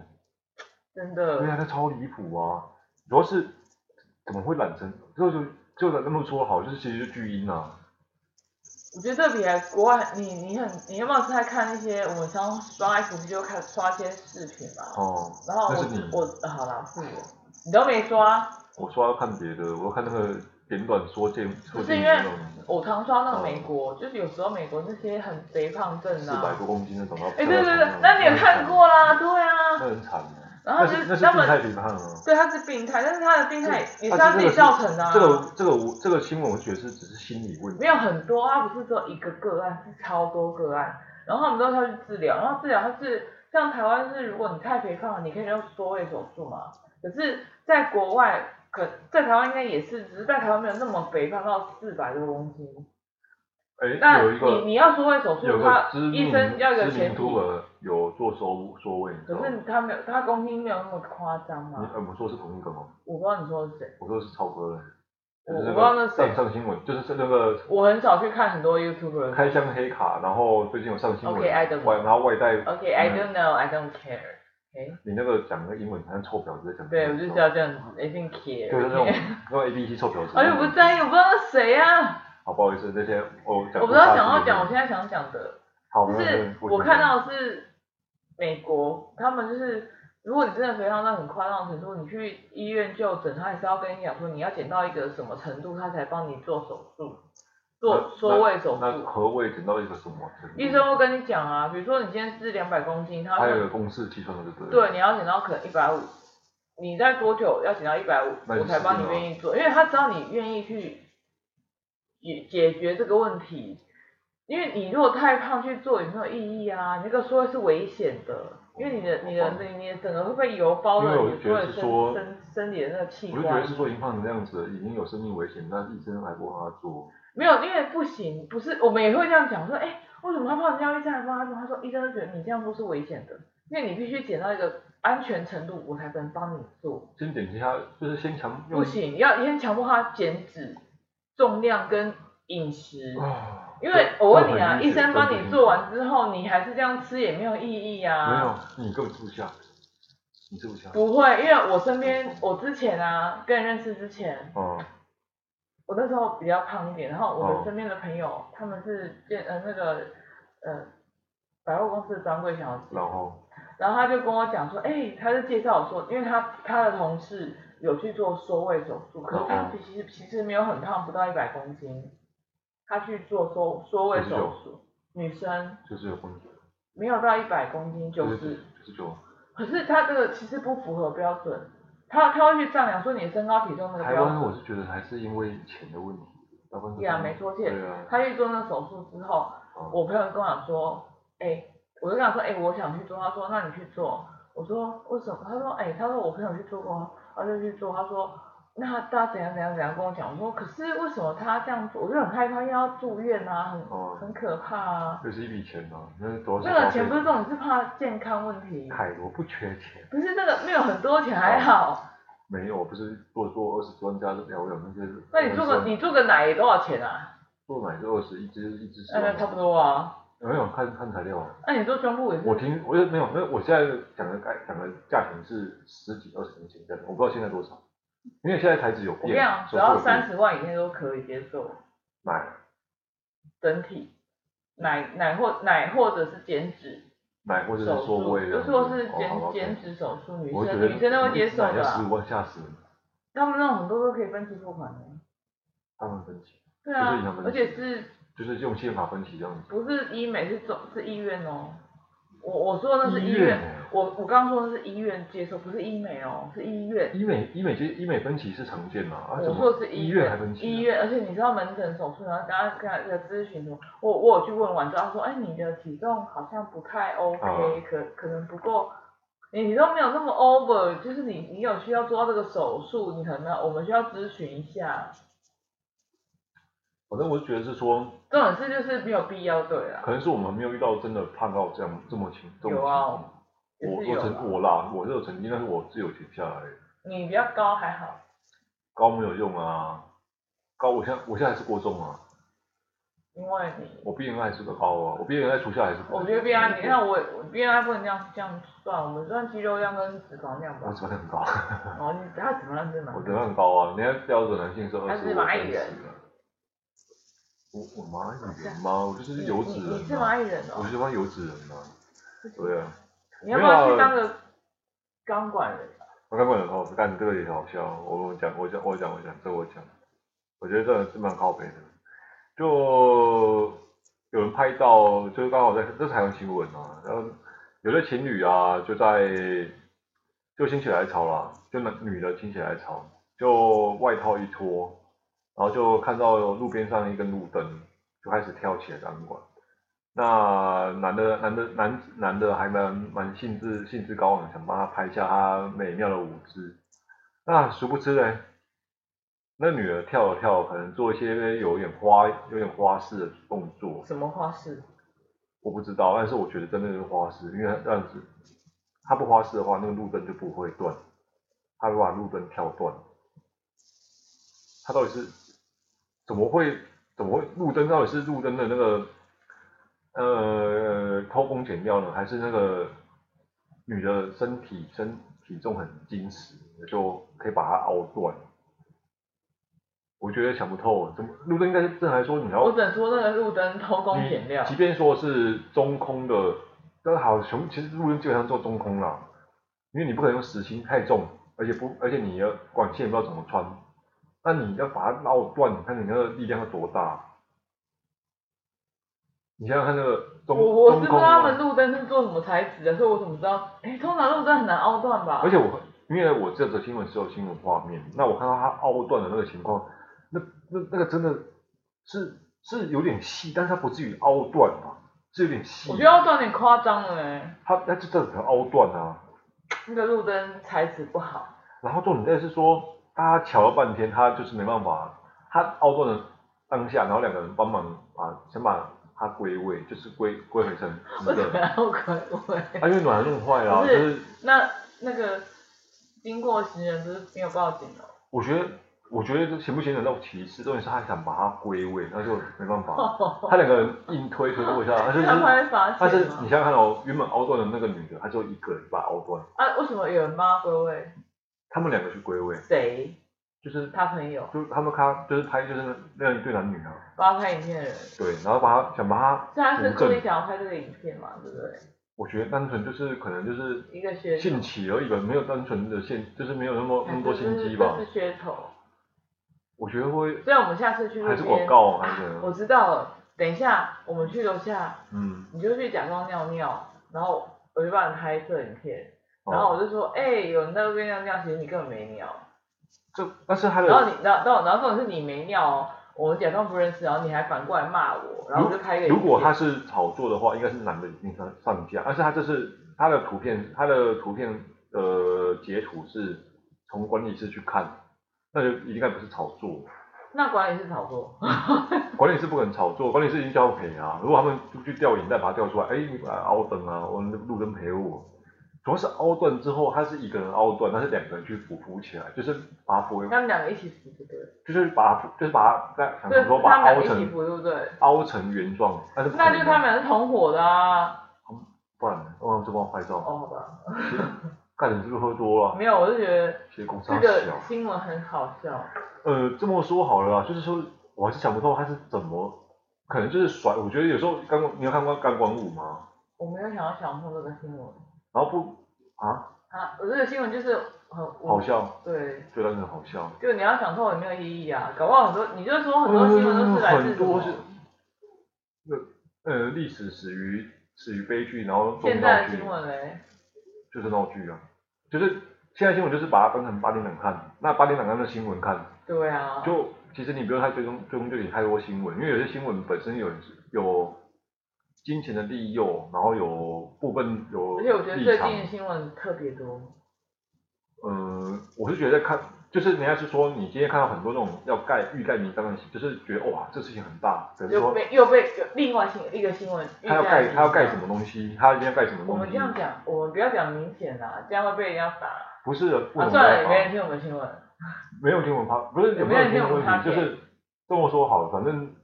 Speaker 2: 真的
Speaker 1: 对啊，他超离谱啊，主要是怎么会懒成，就是就那么说好，就是其实就巨婴啊，
Speaker 2: 我觉得这比国外，你你很你有没有在看那些我们常刷 FB 就看刷一些视频嘛？
Speaker 1: 哦，
Speaker 2: 然后
Speaker 1: 那
Speaker 2: 我
Speaker 1: 是你
Speaker 2: 我呃好啦，是我，你都没刷，
Speaker 1: 我说要看别的，我看那个简短说见说
Speaker 2: 不是
Speaker 1: 见
Speaker 2: 因
Speaker 1: 你
Speaker 2: 为
Speaker 1: 那种
Speaker 2: 我常刷那个美国，就是有时候美国那些很肥胖症
Speaker 1: 哦四百
Speaker 2: 啊，
Speaker 1: 多公斤那种，然后
Speaker 2: 哎
Speaker 1: 飘
Speaker 2: 对
Speaker 1: 在
Speaker 2: 对
Speaker 1: 床
Speaker 2: 对
Speaker 1: 上，
Speaker 2: 那你也看过啦，对啊，
Speaker 1: 那很惨的，
Speaker 2: 然
Speaker 1: 嗯
Speaker 2: 后
Speaker 1: 那
Speaker 2: 就是
Speaker 1: 那是
Speaker 2: 他
Speaker 1: 病
Speaker 2: 们
Speaker 1: 态评判啊。
Speaker 2: 对他是病态，但是他的病态也是
Speaker 1: 他
Speaker 2: 他
Speaker 1: 这
Speaker 2: 自
Speaker 1: 个
Speaker 2: 己
Speaker 1: 是
Speaker 2: 造成的、啊
Speaker 1: 这个这个我这个新闻，我觉得是只是心理问题
Speaker 2: 没。有很多，他不是只有一个个案，是超多个案。然后他们都要去治疗，然后治疗它是像台湾是，如果你太肥胖了，你可以用缩胃手术嘛。可是，在国外，可在台湾应该也是，只是在台湾没有那么肥胖到四百多公斤。
Speaker 1: 哎，
Speaker 2: 那
Speaker 1: 有一
Speaker 2: 你
Speaker 1: 个
Speaker 2: 你要缩胃手
Speaker 1: 有
Speaker 2: 术，
Speaker 1: 个
Speaker 2: 他
Speaker 1: 知名
Speaker 2: 医生要有
Speaker 1: 知名
Speaker 2: 前提，
Speaker 1: 突儿有做收缩位，你知道
Speaker 2: 可
Speaker 1: 吗？
Speaker 2: 是他没有，他公斤没有那么夸张
Speaker 1: 你
Speaker 2: 嘛。
Speaker 1: 呃，我说是同一个吗？
Speaker 2: 我不知道你说的是谁，
Speaker 1: 我说是超哥的，就
Speaker 2: 我
Speaker 1: 是那
Speaker 2: 我不知道
Speaker 1: 个
Speaker 2: 那谁
Speaker 1: 上上新闻，就是那个
Speaker 2: 我很少去看很多 YouTuber。
Speaker 1: 开箱黑卡，然后最近有上新闻，
Speaker 2: OK，I don't know
Speaker 1: 外然后外带
Speaker 2: OK，I、
Speaker 1: 嗯
Speaker 2: don't know, I don't care. OK，
Speaker 1: 你那个讲的英文好像臭婊子在讲英文。
Speaker 2: 对，我就知道这样子，I
Speaker 1: 对
Speaker 2: don't care.
Speaker 1: 就是那
Speaker 2: OK
Speaker 1: 种那种 A B C 臭婊子。
Speaker 2: 而且我不在意，我不知道是谁啊，
Speaker 1: 好，不好意思，这些我讲。
Speaker 2: 我不知道想要讲，我现在想讲的，
Speaker 1: 好，
Speaker 2: 就
Speaker 1: 没有
Speaker 2: 是我看，到的是美国，他们就是如果你真的肥胖到很夸张的程度，你去医院就诊，他也是要跟你讲说你要减到一个什么程度，他才帮你做手术。做
Speaker 1: 那
Speaker 2: 缩胃手
Speaker 1: 那那
Speaker 2: 术。
Speaker 1: 何谓减到一个什么程度？
Speaker 2: 医生会跟你讲啊，比如说你现在是两百公斤，他
Speaker 1: 还有一
Speaker 2: 说
Speaker 1: 个公式计算的就对了。
Speaker 2: 对你要减到可能一百五，你在多久要减到一百五，
Speaker 1: 那你
Speaker 2: 我才帮你
Speaker 1: 死定了
Speaker 2: 愿意做，因为他知道你愿意去解解决这个问题。因为你如果太胖去做也没有意义啊，你那个缩胃是危险的，因为你的你的
Speaker 1: 我
Speaker 2: 你的整个会被油包了
Speaker 1: 因为我
Speaker 2: 你
Speaker 1: 觉
Speaker 2: 所
Speaker 1: 得
Speaker 2: 有
Speaker 1: 是说
Speaker 2: 身身身体的那个器
Speaker 1: 我就觉得
Speaker 2: 官
Speaker 1: 是，说银胖你那样子已经有生命危险，那医生还不让他做，
Speaker 2: 没有因为不行，不是我们也会这样讲说，哎，为什么他胖成这样，医生还帮他做？他说医生觉得你这样做是危险的，因为你必须减到一个安全程度，我才能帮你做。
Speaker 1: 先减轻他，就是先强用
Speaker 2: 不行，要先强迫他减脂、重量跟饮食。
Speaker 1: 啊，
Speaker 2: 因为我问你啊，
Speaker 1: 这很
Speaker 2: 医
Speaker 1: 明显
Speaker 2: 生帮你做，完之后，你还是这样吃也没有意义
Speaker 1: 这
Speaker 2: 啊。
Speaker 1: 很明显没有，你根本吃不下，你吃不下，
Speaker 2: 不会，因为我身边，我之前啊，跟人认识之前，
Speaker 1: 嗯，
Speaker 2: 我那时候比较胖一点，然后我
Speaker 1: 哦
Speaker 2: 的身边的朋友，他们是健呃那个呃百货公司的专柜小姐，
Speaker 1: 然后
Speaker 2: 然后他就跟我讲说，哎、他就介绍我说，因为他他的同事有去做缩胃手术，可是他
Speaker 1: 哦
Speaker 2: 其实其实没有很胖，不到一百公斤，他去做缩缩胃手术，女生
Speaker 1: 就是有工作，
Speaker 2: 没有到一百公斤，九
Speaker 1: 就是
Speaker 2: 十，
Speaker 1: 就是就
Speaker 2: 可是他这个其实不符合标准，他他会去丈量说你的身高体重那个
Speaker 1: 台
Speaker 2: 标
Speaker 1: 湾
Speaker 2: 准，
Speaker 1: 我是觉得还是因为钱的问题，要不然
Speaker 2: 呀、没错，而且
Speaker 1: 对啊，
Speaker 2: 他去做那个手术之后，
Speaker 1: 嗯
Speaker 2: 我朋友跟我讲说，哎、我就跟他说，哎、我想去做，他说那你去做，我说为什么？他说，哎、他说我朋友去做过，啊他就去做，他说那他怎样怎样怎样跟我讲，我说可是为什么他这样做，我就很害怕，因为要住院啊，很、
Speaker 1: 哦
Speaker 2: 很可怕啊，
Speaker 1: 这是一笔钱啊，那多少
Speaker 2: 那个钱不是重点，是怕健康问题，
Speaker 1: 凯罗不缺钱，
Speaker 2: 不是那个没有很多钱还好，
Speaker 1: 没有，我不是做做二十万加疗养那些，
Speaker 2: 那你做个你做个奶多少钱啊？
Speaker 1: 做奶是二十，一只一只是，
Speaker 2: 那差不多啊，
Speaker 1: 没有看看材料啊。
Speaker 2: 那你做胸部也
Speaker 1: 我
Speaker 2: 是，
Speaker 1: 听，我就没有，没有，我现在讲的该讲的价钱是十几二十年前的，我不知道现在多少，因为现在材质有
Speaker 2: 我跟你
Speaker 1: 变
Speaker 2: 讲，，
Speaker 1: 手术
Speaker 2: 只
Speaker 1: 有
Speaker 2: 要
Speaker 1: 变
Speaker 2: 三十万以内都可以接受。
Speaker 1: 奶
Speaker 2: 整体奶奶或奶或者是减脂
Speaker 1: 奶或者
Speaker 2: 手
Speaker 1: 是说
Speaker 2: 术，
Speaker 1: 胃的，
Speaker 2: 就说是
Speaker 1: 哦好
Speaker 2: 减
Speaker 1: ，OK
Speaker 2: 减脂手术，女
Speaker 1: 我觉
Speaker 2: 生
Speaker 1: 得哎
Speaker 2: 女生都会接受的
Speaker 1: 十
Speaker 2: 啊、
Speaker 1: 五万吓死人，
Speaker 2: 他们那种很多都可以分期付款的。啊
Speaker 1: 他们分期，
Speaker 2: 对
Speaker 1: 就是银行
Speaker 2: 啊，
Speaker 1: 分
Speaker 2: 而
Speaker 1: 期
Speaker 2: 且是
Speaker 1: 就是用宪法分期这样子，
Speaker 2: 不是医美是总是医院哦？我我说的那是
Speaker 1: 医
Speaker 2: 医
Speaker 1: 院
Speaker 2: 院，
Speaker 1: 哦
Speaker 2: 我我刚刚说的是医院接受，不是医美哦，是医院。
Speaker 1: 医美医美其实医美分期是常见嘛，啊怎
Speaker 2: 我
Speaker 1: 么
Speaker 2: 说的是
Speaker 1: 医
Speaker 2: 医
Speaker 1: 院还分期啊，
Speaker 2: 医院，而且你知道门诊手术，然后大家跟他跟他咨询什么，我我有去问完之后，他说，哎，你的体重好像不太 OK，、
Speaker 1: 嗯
Speaker 2: 可可能不够，你体重没有那么 over，就是你你有需要做到这个手术，你可能要我们需要咨询一下，
Speaker 1: 反正哦我就觉得是说，
Speaker 2: 这种事就是没有必要对啊啦，
Speaker 1: 可能是我们没有遇到真的胖到这样这么轻，这么
Speaker 2: 有
Speaker 1: 轻
Speaker 2: 啊
Speaker 1: 重。
Speaker 2: 也
Speaker 1: 我
Speaker 2: 是
Speaker 1: 我
Speaker 2: 有啊
Speaker 1: 曾
Speaker 2: 啦，
Speaker 1: 我啦，我是有曾经，但是我是有停下来的。啊
Speaker 2: 你比较高还好，
Speaker 1: 高没有用啊，高我现在我现在还是过重啊，
Speaker 2: 因为你，
Speaker 1: 我 BMI 还是个高啊，我 BMI 在除下还是过重。
Speaker 2: 我觉得 B I 你看我我 B I 不能这样这样算，我们算肌肉量跟脂肪量吧
Speaker 1: 我，脂肪量很高，
Speaker 2: 哦，你他脂肪量是蛮
Speaker 1: 我脂肪很高啊，人家标准男性是
Speaker 2: 他
Speaker 1: 二十
Speaker 2: 是
Speaker 1: 五
Speaker 2: 蚂
Speaker 1: 三
Speaker 2: 蚁
Speaker 1: 十
Speaker 2: 人
Speaker 1: 啊。我我蚂蚁人吗？我就是油脂
Speaker 2: 你你你是
Speaker 1: 人啊，
Speaker 2: 蚂蚁人哦
Speaker 1: 我。就是帮油脂人啊，对啊，
Speaker 2: 你要不要
Speaker 1: 没有
Speaker 2: 去当个钢管人？
Speaker 1: 我刚刚有说，干这个也好笑，我我讲我讲我讲我讲这个我讲，我觉得这是蛮靠北的，就有人拍到，就是刚好在这是台湾新闻啊，然后有的情侣啊就在就心血来潮啦，就男女的心血来潮，就外套一脱，然后就看到路边上一根路灯，就开始跳起来钢管。那男的男的男男的还蛮蛮兴致兴致高昂，想帮他拍下他美妙的舞姿。那殊不知嘞，那女的跳了跳，可能做一些有点花有点花式的动作，
Speaker 2: 什么花式？
Speaker 1: 我不知道，但是我觉得真的是花式，因为这样子，他不花式的话，那个路灯就不会断，他会把路灯跳断。他到底是怎么会怎么会路灯到底是路灯的那个呃偷工减料呢，还是那个女的身体身体重很矜持，就可以把它凹断？我觉得想不透，怎么路灯应该是正来说你要
Speaker 2: 我只能说那个路灯偷工减料
Speaker 1: 你。嗯即便说是中空的，但是好熊其实路灯基本上做中空啦，因为你不可能用实心太重，而且不而且你的管线也不知道怎么穿，那你要把它绕断，你看你那个力量要多大，你想想看那个中
Speaker 2: 我我
Speaker 1: 中
Speaker 2: 是不知
Speaker 1: 控
Speaker 2: 道他们
Speaker 1: 啊，
Speaker 2: 路灯是做什么材质的，所以我怎么知道？哎，通常路灯很难凹断吧？
Speaker 1: 而且我因为我这则新闻是有新闻画面，那我看到它凹断的那个情况，那那那个真的是是有点细，但是它不至于凹断啊，是有点细
Speaker 2: 我觉，得凹断有点夸张了哎，
Speaker 1: 它它就真的很凹断啊。
Speaker 2: 那个路灯材质不好。
Speaker 1: 然后重点是说，大家瞧了半天，他就是没办法，他凹断的当下，然后两个人帮忙把先把它归位，就是归归回成直
Speaker 2: 为 什么
Speaker 1: 的，
Speaker 2: 要鬼位？
Speaker 1: 啊，因为暖男弄坏了啊、
Speaker 2: 不
Speaker 1: 就是是
Speaker 2: 那那个经过的行人不是没有报警哦，
Speaker 1: 我觉得我觉得这行不行得到歧视，重点是他想把它归位，那就没办 法，他两个人硬推推过一 下，他就
Speaker 2: 这
Speaker 1: 是
Speaker 2: 样哦会被罚
Speaker 1: 他是
Speaker 2: 钱吗
Speaker 1: 你？想想看哦，原本凹断的那个女的，她就一个人把它凹断，
Speaker 2: 啊，为什么有人帮他归位？
Speaker 1: 他们两个去归位，
Speaker 2: 谁？
Speaker 1: 就是
Speaker 2: 他朋友
Speaker 1: 就他们咔就是拍就是那一对男女啊，
Speaker 2: 帮他拍影片的人，所
Speaker 1: 对，然后把他想把他
Speaker 2: 以他是
Speaker 1: 扶
Speaker 2: 故
Speaker 1: 正
Speaker 2: 意想要拍这个影片嘛，对不对？
Speaker 1: 我觉得单纯就是可能就是
Speaker 2: 一个噱头
Speaker 1: 兴起而已吧，没有单纯的现，就是没有那么那么多
Speaker 2: 还是
Speaker 1: 心
Speaker 2: 这
Speaker 1: 机
Speaker 2: 是
Speaker 1: 吧
Speaker 2: 这。是噱头，
Speaker 1: 我觉得会
Speaker 2: 所以我们下次去路
Speaker 1: 还
Speaker 2: 边啊
Speaker 1: 是广告啊还是怎
Speaker 2: 我
Speaker 1: 样？
Speaker 2: 知道了，等一下我们去楼下，
Speaker 1: 嗯，
Speaker 2: 你就去假装尿尿，然后我就帮你拍摄影片。然
Speaker 1: 哦，
Speaker 2: 后我就说，哎、有人在路边尿尿，其实你根本没尿。
Speaker 1: 这但是他
Speaker 2: 然后
Speaker 1: 的
Speaker 2: 你，然后，然后，然后重点是你没尿哦，我们假装不认识，然后你还反过来骂我，然后我就开一个
Speaker 1: 如果
Speaker 2: 影
Speaker 1: 他
Speaker 2: 片
Speaker 1: 是炒作的话，应该是男的已经上上架，但是他这是他的图片，他的图片呃截图是从管理室去看，那就应该不是炒作，
Speaker 2: 那管理是炒作，
Speaker 1: 嗯管理室不可能炒作，管理室已经交赔啊。如果他们就去吊影带把它吊出来，哎，你把它凹灯啊，我们路灯赔我。主要是凹断之后，他是一个人凹断，但是两个人去扶扶起来，就是把它扶回
Speaker 2: 他们两个一起扶就对了，
Speaker 1: 就是把它就是把它在想
Speaker 2: 对，
Speaker 1: 说
Speaker 2: 他
Speaker 1: 把它
Speaker 2: 们两
Speaker 1: 凹
Speaker 2: 个一起
Speaker 1: 成
Speaker 2: 扶对不对？
Speaker 1: 凹成原状，但是不可
Speaker 2: 那
Speaker 1: 能
Speaker 2: 就
Speaker 1: 的
Speaker 2: 是他们俩是同伙的啊。
Speaker 1: 不然我这帮我拍照，
Speaker 2: 哦，好吧，
Speaker 1: 看你是不是喝多了？
Speaker 2: 没有，我就觉得
Speaker 1: 其实公司
Speaker 2: 这
Speaker 1: 好
Speaker 2: 个
Speaker 1: 小。
Speaker 2: 新闻很好笑。
Speaker 1: 呃，这么说好了啦，就是说我还是想不透他是怎么，可能就是甩。我觉得有时候钢管你有看过钢管舞吗？
Speaker 2: 我没有想要想碰这个新闻
Speaker 1: 然后不啊，
Speaker 2: 啊，我这个新闻就是很
Speaker 1: 好
Speaker 2: 无，
Speaker 1: 笑，
Speaker 2: 对，
Speaker 1: 觉得很好笑。
Speaker 2: 就你要想透也没有意义啊，搞不好很多，你就说很多新闻都是来自
Speaker 1: 嗯很
Speaker 2: 什
Speaker 1: 多
Speaker 2: 么
Speaker 1: 是那呃历史始于始于悲剧，然后
Speaker 2: 现
Speaker 1: 中
Speaker 2: 在
Speaker 1: 闹
Speaker 2: 的
Speaker 1: 剧
Speaker 2: 新，闻嘞。
Speaker 1: 就是闹剧啊，就是现在新闻就是把它当成八点档看，那八点档当成新闻看，
Speaker 2: 对啊，
Speaker 1: 就其实你不用太追踪追踪这里太多新闻，因为有些新闻本身有有金钱的利诱，然后有部分有
Speaker 2: 而且我觉得
Speaker 1: 立
Speaker 2: 最
Speaker 1: 场
Speaker 2: 近的新闻特别多，
Speaker 1: 嗯，我是觉得看，就是人家是说，你今天看到很多那种要盖欲盖弥彰的，就是觉得哇，这事情很大，可是
Speaker 2: 又
Speaker 1: 说
Speaker 2: 被又被有另外新一个新闻，
Speaker 1: 他要盖他要盖什？么东西，他今天要盖什么
Speaker 2: 我
Speaker 1: 东
Speaker 2: 们
Speaker 1: 西
Speaker 2: 这，样讲，我们不要讲明显啦，这样会被人家打。啊，
Speaker 1: 不是为什么
Speaker 2: 算了，也
Speaker 1: 要
Speaker 2: 没
Speaker 1: 发
Speaker 2: 人听我们新闻。
Speaker 1: 没有听我们发，不是有没
Speaker 2: 有
Speaker 1: 有
Speaker 2: 人
Speaker 1: 听
Speaker 2: 听我
Speaker 1: 问
Speaker 2: 们
Speaker 1: 题，就
Speaker 2: 发
Speaker 1: 是这么说好了，反正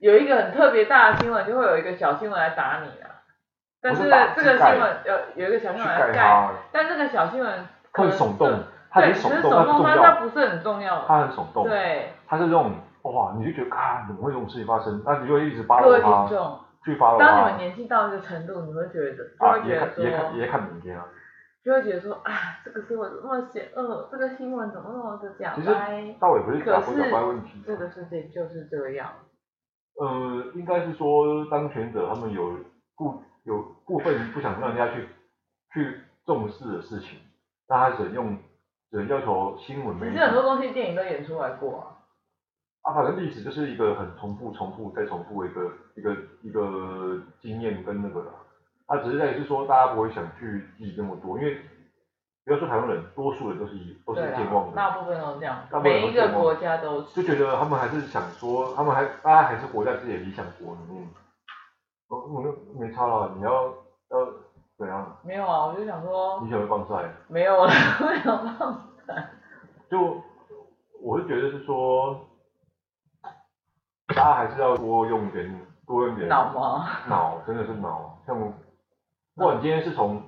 Speaker 2: 有一个很特别大的新闻，就会有一个小新闻来打你啦。但
Speaker 1: 不
Speaker 2: 是
Speaker 1: 是打
Speaker 2: 这个
Speaker 1: 是盖
Speaker 2: 新闻有有一个小新
Speaker 1: 去
Speaker 2: 闻来
Speaker 1: 盖
Speaker 2: 盖，
Speaker 1: 它
Speaker 2: 但这个小新闻可
Speaker 1: 会
Speaker 2: 能
Speaker 1: 耸动
Speaker 2: 就，
Speaker 1: 它
Speaker 2: 对，
Speaker 1: 很
Speaker 2: 只是
Speaker 1: 耸
Speaker 2: 耸
Speaker 1: 动，它重
Speaker 2: 但它
Speaker 1: 要，
Speaker 2: 不是很重要。
Speaker 1: 它很耸动，
Speaker 2: 对，
Speaker 1: 它是这种哇，你就觉得啊，怎么会有这种事情发生？那你就会一直发
Speaker 2: 各位
Speaker 1: 了
Speaker 2: 听
Speaker 1: 它，
Speaker 2: 众，
Speaker 1: 去发了
Speaker 2: 当你们
Speaker 1: 它，
Speaker 2: 年纪到一个程度，你会觉得就
Speaker 1: 啊，
Speaker 2: 会
Speaker 1: 也
Speaker 2: 觉
Speaker 1: 看
Speaker 2: 得
Speaker 1: 也
Speaker 2: 说
Speaker 1: 看。也看明天啊。
Speaker 2: 就会觉得说啊，这个新闻怎么那么险恶，这个新闻怎么那么的假
Speaker 1: 其实
Speaker 2: 掰？
Speaker 1: 倒也不是
Speaker 2: 可
Speaker 1: 打不打
Speaker 2: 是
Speaker 1: 怪问题，啊
Speaker 2: 这个世界就是这样，
Speaker 1: 呃，应该是说当权者他们有部有部分不想让人家去去重视的事情，那他只能用只能要求新闻
Speaker 2: 其
Speaker 1: 媒体
Speaker 2: 实很多东西电影都演出来过啊。
Speaker 1: 啊，反正历史就是一个很重复、重复再重复的一个一个一个经验跟那个啦。啊，只是在于是说大家不会想去记那么多，因为不要说台湾人，多数人都是一都是
Speaker 2: 对
Speaker 1: 健
Speaker 2: 啊
Speaker 1: 忘，的。
Speaker 2: 大部分都是这样
Speaker 1: 大，部分
Speaker 2: 每
Speaker 1: 都是
Speaker 2: 一
Speaker 1: 健
Speaker 2: 个
Speaker 1: 忘
Speaker 2: 国家都。
Speaker 1: 就是觉得他们还是想说，他们还大家还是活在自己的理想国里面。我我就没差了，你要要怎样？
Speaker 2: 没有啊，我就想说
Speaker 1: 你想要放晒？
Speaker 2: 没有了， 没有了。
Speaker 1: 就我是觉得是说，大家还是要多用点多用点
Speaker 2: 脑吗？
Speaker 1: 脑真的是脑。 像我不管今天是从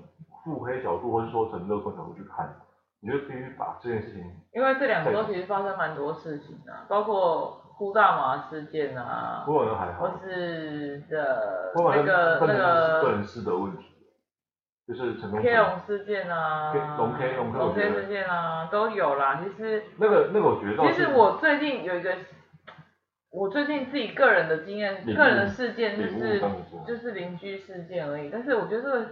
Speaker 1: 腹黑角度，或是说从乐观角度去看，你就必须把这件事情
Speaker 2: 因为这两周其实发生蛮多事情啊，包括呼大麻事件啊，
Speaker 1: 不管还好
Speaker 2: 或，是的
Speaker 1: 不
Speaker 2: 那
Speaker 1: 管
Speaker 2: 个
Speaker 1: 真的
Speaker 2: 那
Speaker 1: 是个
Speaker 2: 个
Speaker 1: 人私德问题，就是成功
Speaker 2: K 龙事件啊，
Speaker 1: 龙 K 龙 K
Speaker 2: 龙 K 事件啊，都有啦。其实
Speaker 1: 那个那个我觉得倒
Speaker 2: 其
Speaker 1: 是
Speaker 2: 实我最近有一个，我最近自己个人的经验，
Speaker 1: 领悟
Speaker 2: 个人的事件就
Speaker 1: 领
Speaker 2: 是
Speaker 1: 悟当然是
Speaker 2: 就是邻居事件而已。但是我觉得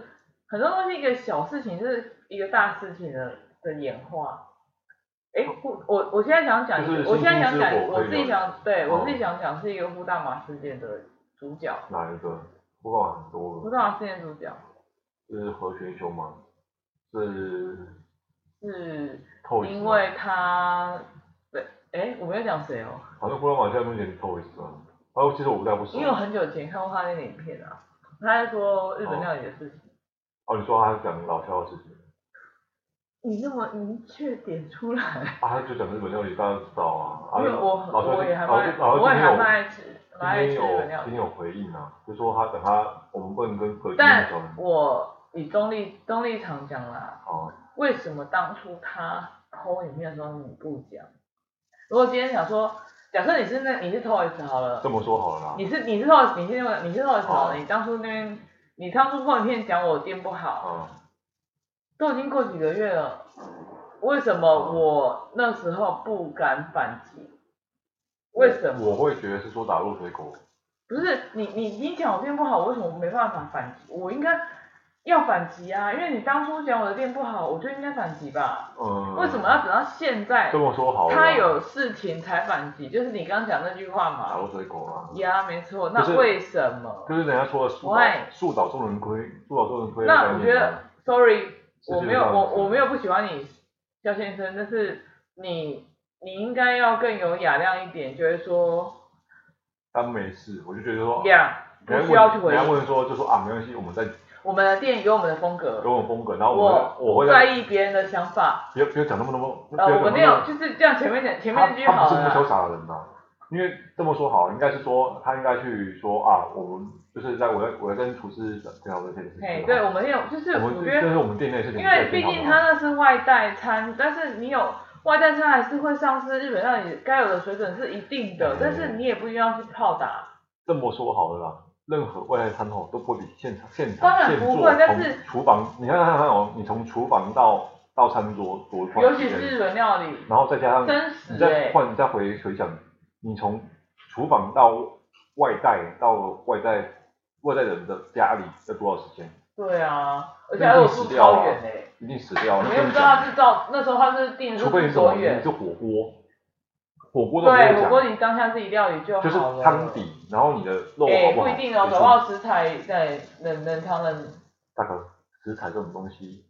Speaker 2: 很多东西一个小事情就是一个大事情的的演化。哎，互我我现在想讲一
Speaker 1: 哦就是
Speaker 2: 个，
Speaker 1: 星
Speaker 2: 我现
Speaker 1: 星
Speaker 2: 在想
Speaker 1: 之
Speaker 2: 讲，
Speaker 1: 火
Speaker 2: 我
Speaker 1: 可以
Speaker 2: 自己
Speaker 1: 燎
Speaker 2: 想，对我自己
Speaker 1: 哦
Speaker 2: 想讲是一个呼大麻事件的主角，
Speaker 1: 哪一个？不管很
Speaker 2: 呼
Speaker 1: 多，
Speaker 2: 大麻事件的主角
Speaker 1: 就是何学兄嘛，是
Speaker 2: 是
Speaker 1: 透
Speaker 2: 因为他，对，哎，我没有讲谁哦，
Speaker 1: 好像互联网现在目前是透一次啊。然后其实我不太不熟
Speaker 2: 因为。我很久以前看过他那个影片啊，他在说日本料理的事情。
Speaker 1: 哦，你说他讲老肖的事情，
Speaker 2: 你那么明确点出来，
Speaker 1: 啊，他就讲日本料理，大家都知道啊。啊
Speaker 2: 因为我很
Speaker 1: 老肖
Speaker 2: 我也还
Speaker 1: 老
Speaker 2: 蛮
Speaker 1: 老
Speaker 2: 我也还蛮
Speaker 1: 肖
Speaker 2: 爱吃蛮
Speaker 1: 今
Speaker 2: 爱
Speaker 1: 天
Speaker 2: 吃
Speaker 1: 有
Speaker 2: 日本
Speaker 1: 今天有今
Speaker 2: 料理，
Speaker 1: 天有回应啊，就说他等他我们不能跟隔壁那
Speaker 2: 但
Speaker 1: 种人
Speaker 2: 我以中立中立场讲啦，
Speaker 1: 啊，
Speaker 2: 为什么当初他偷影片的时候你不讲？如果今天想说，假设你是那你是 Toys 好了
Speaker 1: 这，么说好了啦。
Speaker 2: 你是你是 Toys 你是那个你是 Toys 好了，
Speaker 1: 哦
Speaker 2: 你当初那边你当初偷影片讲我店不好，
Speaker 1: 啊，
Speaker 2: 都已经过几个月了，
Speaker 1: 嗯
Speaker 2: 为什么我那时候不敢反击？为什么？
Speaker 1: 我会觉得是说打落水狗，
Speaker 2: 不是你你你讲我店不好，我为什么没办法反击？我应该要反击啊，因为你当初讲我的店不好，我就应该反击吧。
Speaker 1: 嗯，
Speaker 2: 为什么要等到现在
Speaker 1: 这么说好啊了啦？
Speaker 2: 他有事情才反击？就是你刚刚讲那句话
Speaker 1: 打
Speaker 2: 嘛。
Speaker 1: 落水狗啊，
Speaker 2: 呀，没错。那
Speaker 1: 不是
Speaker 2: 为什么？
Speaker 1: 就是人家说的树
Speaker 2: Why？
Speaker 1: 倒树倒众人推，树倒众人推的
Speaker 2: 那
Speaker 1: 概念啊。
Speaker 2: 我觉得，sorry，
Speaker 1: 是
Speaker 2: 我
Speaker 1: 这个
Speaker 2: 没有
Speaker 1: 样子
Speaker 2: 我我没有不喜欢你，肖先生，但是你你应该要更有雅量一点，就会说
Speaker 1: 当没事，我就觉得说，
Speaker 2: 呀，不
Speaker 1: 人家
Speaker 2: 需要去
Speaker 1: 问
Speaker 2: 回
Speaker 1: 人家
Speaker 2: 应。
Speaker 1: 问说就说啊没关系，我们在有
Speaker 2: 我们的店有我们的风格。
Speaker 1: 我们风格，然后
Speaker 2: 我
Speaker 1: 我会我会
Speaker 2: 在
Speaker 1: 在
Speaker 2: 意别人的想法。
Speaker 1: 不要不要讲那么多，不
Speaker 2: 呃，
Speaker 1: 要
Speaker 2: 我
Speaker 1: 讲那
Speaker 2: 们
Speaker 1: 么
Speaker 2: 那种
Speaker 1: 多，
Speaker 2: 就是这样，前面讲前面
Speaker 1: 他
Speaker 2: 那句
Speaker 1: 他
Speaker 2: 好
Speaker 1: 不是
Speaker 2: 了
Speaker 1: 不
Speaker 2: 啦。
Speaker 1: 潇洒的人呐。因为这么说好，应该是说他应该去说啊，我们就是在我在我在跟厨师聊这件事情
Speaker 2: 嘿
Speaker 1: 啊。，
Speaker 2: 对，我们那种就是
Speaker 1: 我
Speaker 2: 我
Speaker 1: 们
Speaker 2: 觉
Speaker 1: 这
Speaker 2: 得，
Speaker 1: 是我们店内的事情，
Speaker 2: 因为毕竟他那是外带餐，但是你有外带餐还是会丧失日本料理该有的水准是一定的
Speaker 1: 嗯，
Speaker 2: 但是你也不一定要去炮打。
Speaker 1: 这么说好了啦，任何外来餐后都不比现场现场
Speaker 2: 当然
Speaker 1: 现
Speaker 2: 不
Speaker 1: 做
Speaker 2: 会但
Speaker 1: 从
Speaker 2: 是
Speaker 1: 厨房，你看看看哦，你从厨房到到餐桌多快，
Speaker 2: 尤其是日本料理，
Speaker 1: 然后再加上
Speaker 2: 真
Speaker 1: 你
Speaker 2: 实
Speaker 1: 再
Speaker 2: 哎、
Speaker 1: 换你再回回想，你从厨房到外带到外带外带人的家里要多少时间？
Speaker 2: 对啊，而且
Speaker 1: 那
Speaker 2: 还有
Speaker 1: 就死
Speaker 2: 住
Speaker 1: 掉
Speaker 2: 超
Speaker 1: 啊
Speaker 2: 远哎、
Speaker 1: 一定死掉。
Speaker 2: 你
Speaker 1: 那跟
Speaker 2: 又不
Speaker 1: 你
Speaker 2: 知道
Speaker 1: 讲，
Speaker 2: 他是照那时候他是定是
Speaker 1: 除非你
Speaker 2: 住
Speaker 1: 是什么？
Speaker 2: 多
Speaker 1: 你
Speaker 2: 远
Speaker 1: 是，火锅，火锅都没
Speaker 2: 对，
Speaker 1: 有
Speaker 2: 火锅
Speaker 1: 讲，
Speaker 2: 你当下自己料理就好
Speaker 1: 就
Speaker 2: 了。
Speaker 1: 是汤底，然后你的肉
Speaker 2: 哎、
Speaker 1: 好
Speaker 2: 不
Speaker 1: 好？
Speaker 2: 一定哦，
Speaker 1: 就是
Speaker 2: 搞不好食材在冷冷藏冷，
Speaker 1: 大哥，食材这种东西，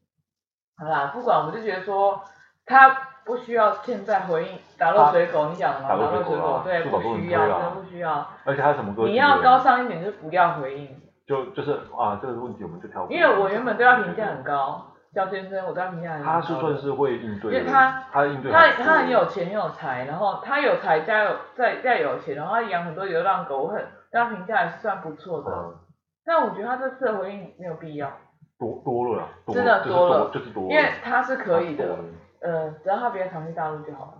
Speaker 2: 好啦，不管，我就觉得说他不需要现在回应打落水狗，你讲的嘛，
Speaker 1: 打
Speaker 2: 打
Speaker 1: 落水
Speaker 2: 落水
Speaker 1: 狗啊
Speaker 2: 狗，对，
Speaker 1: 不懂
Speaker 2: 不
Speaker 1: 不能
Speaker 2: 需
Speaker 1: 推
Speaker 2: 要，
Speaker 1: 啊
Speaker 2: 真的不需要。
Speaker 1: 而且还有什么歌？
Speaker 2: 你要高尚一点，就不要回应，
Speaker 1: 就就是啊，这个问题我们就跳过。
Speaker 2: 因为我原本对他评价很高，肖先生，我对他评价很高。
Speaker 1: 他是算是会应对的
Speaker 2: 因
Speaker 1: 人，
Speaker 2: 为他
Speaker 1: 他应对
Speaker 2: 他
Speaker 1: 很多
Speaker 2: 他很有钱又有才，然后他有才加有再再有钱，然后他养很多流浪狗，我很对他评价还是算不错的。
Speaker 1: 嗯
Speaker 2: 但我觉得他这次的回应没有必要，
Speaker 1: 多多了啦，多
Speaker 2: 真的
Speaker 1: 就是
Speaker 2: 多了
Speaker 1: 就是多了，
Speaker 2: 因为他是可以
Speaker 1: 多
Speaker 2: 的
Speaker 1: 了。
Speaker 2: 呃，只要他不要常去大陆就好了。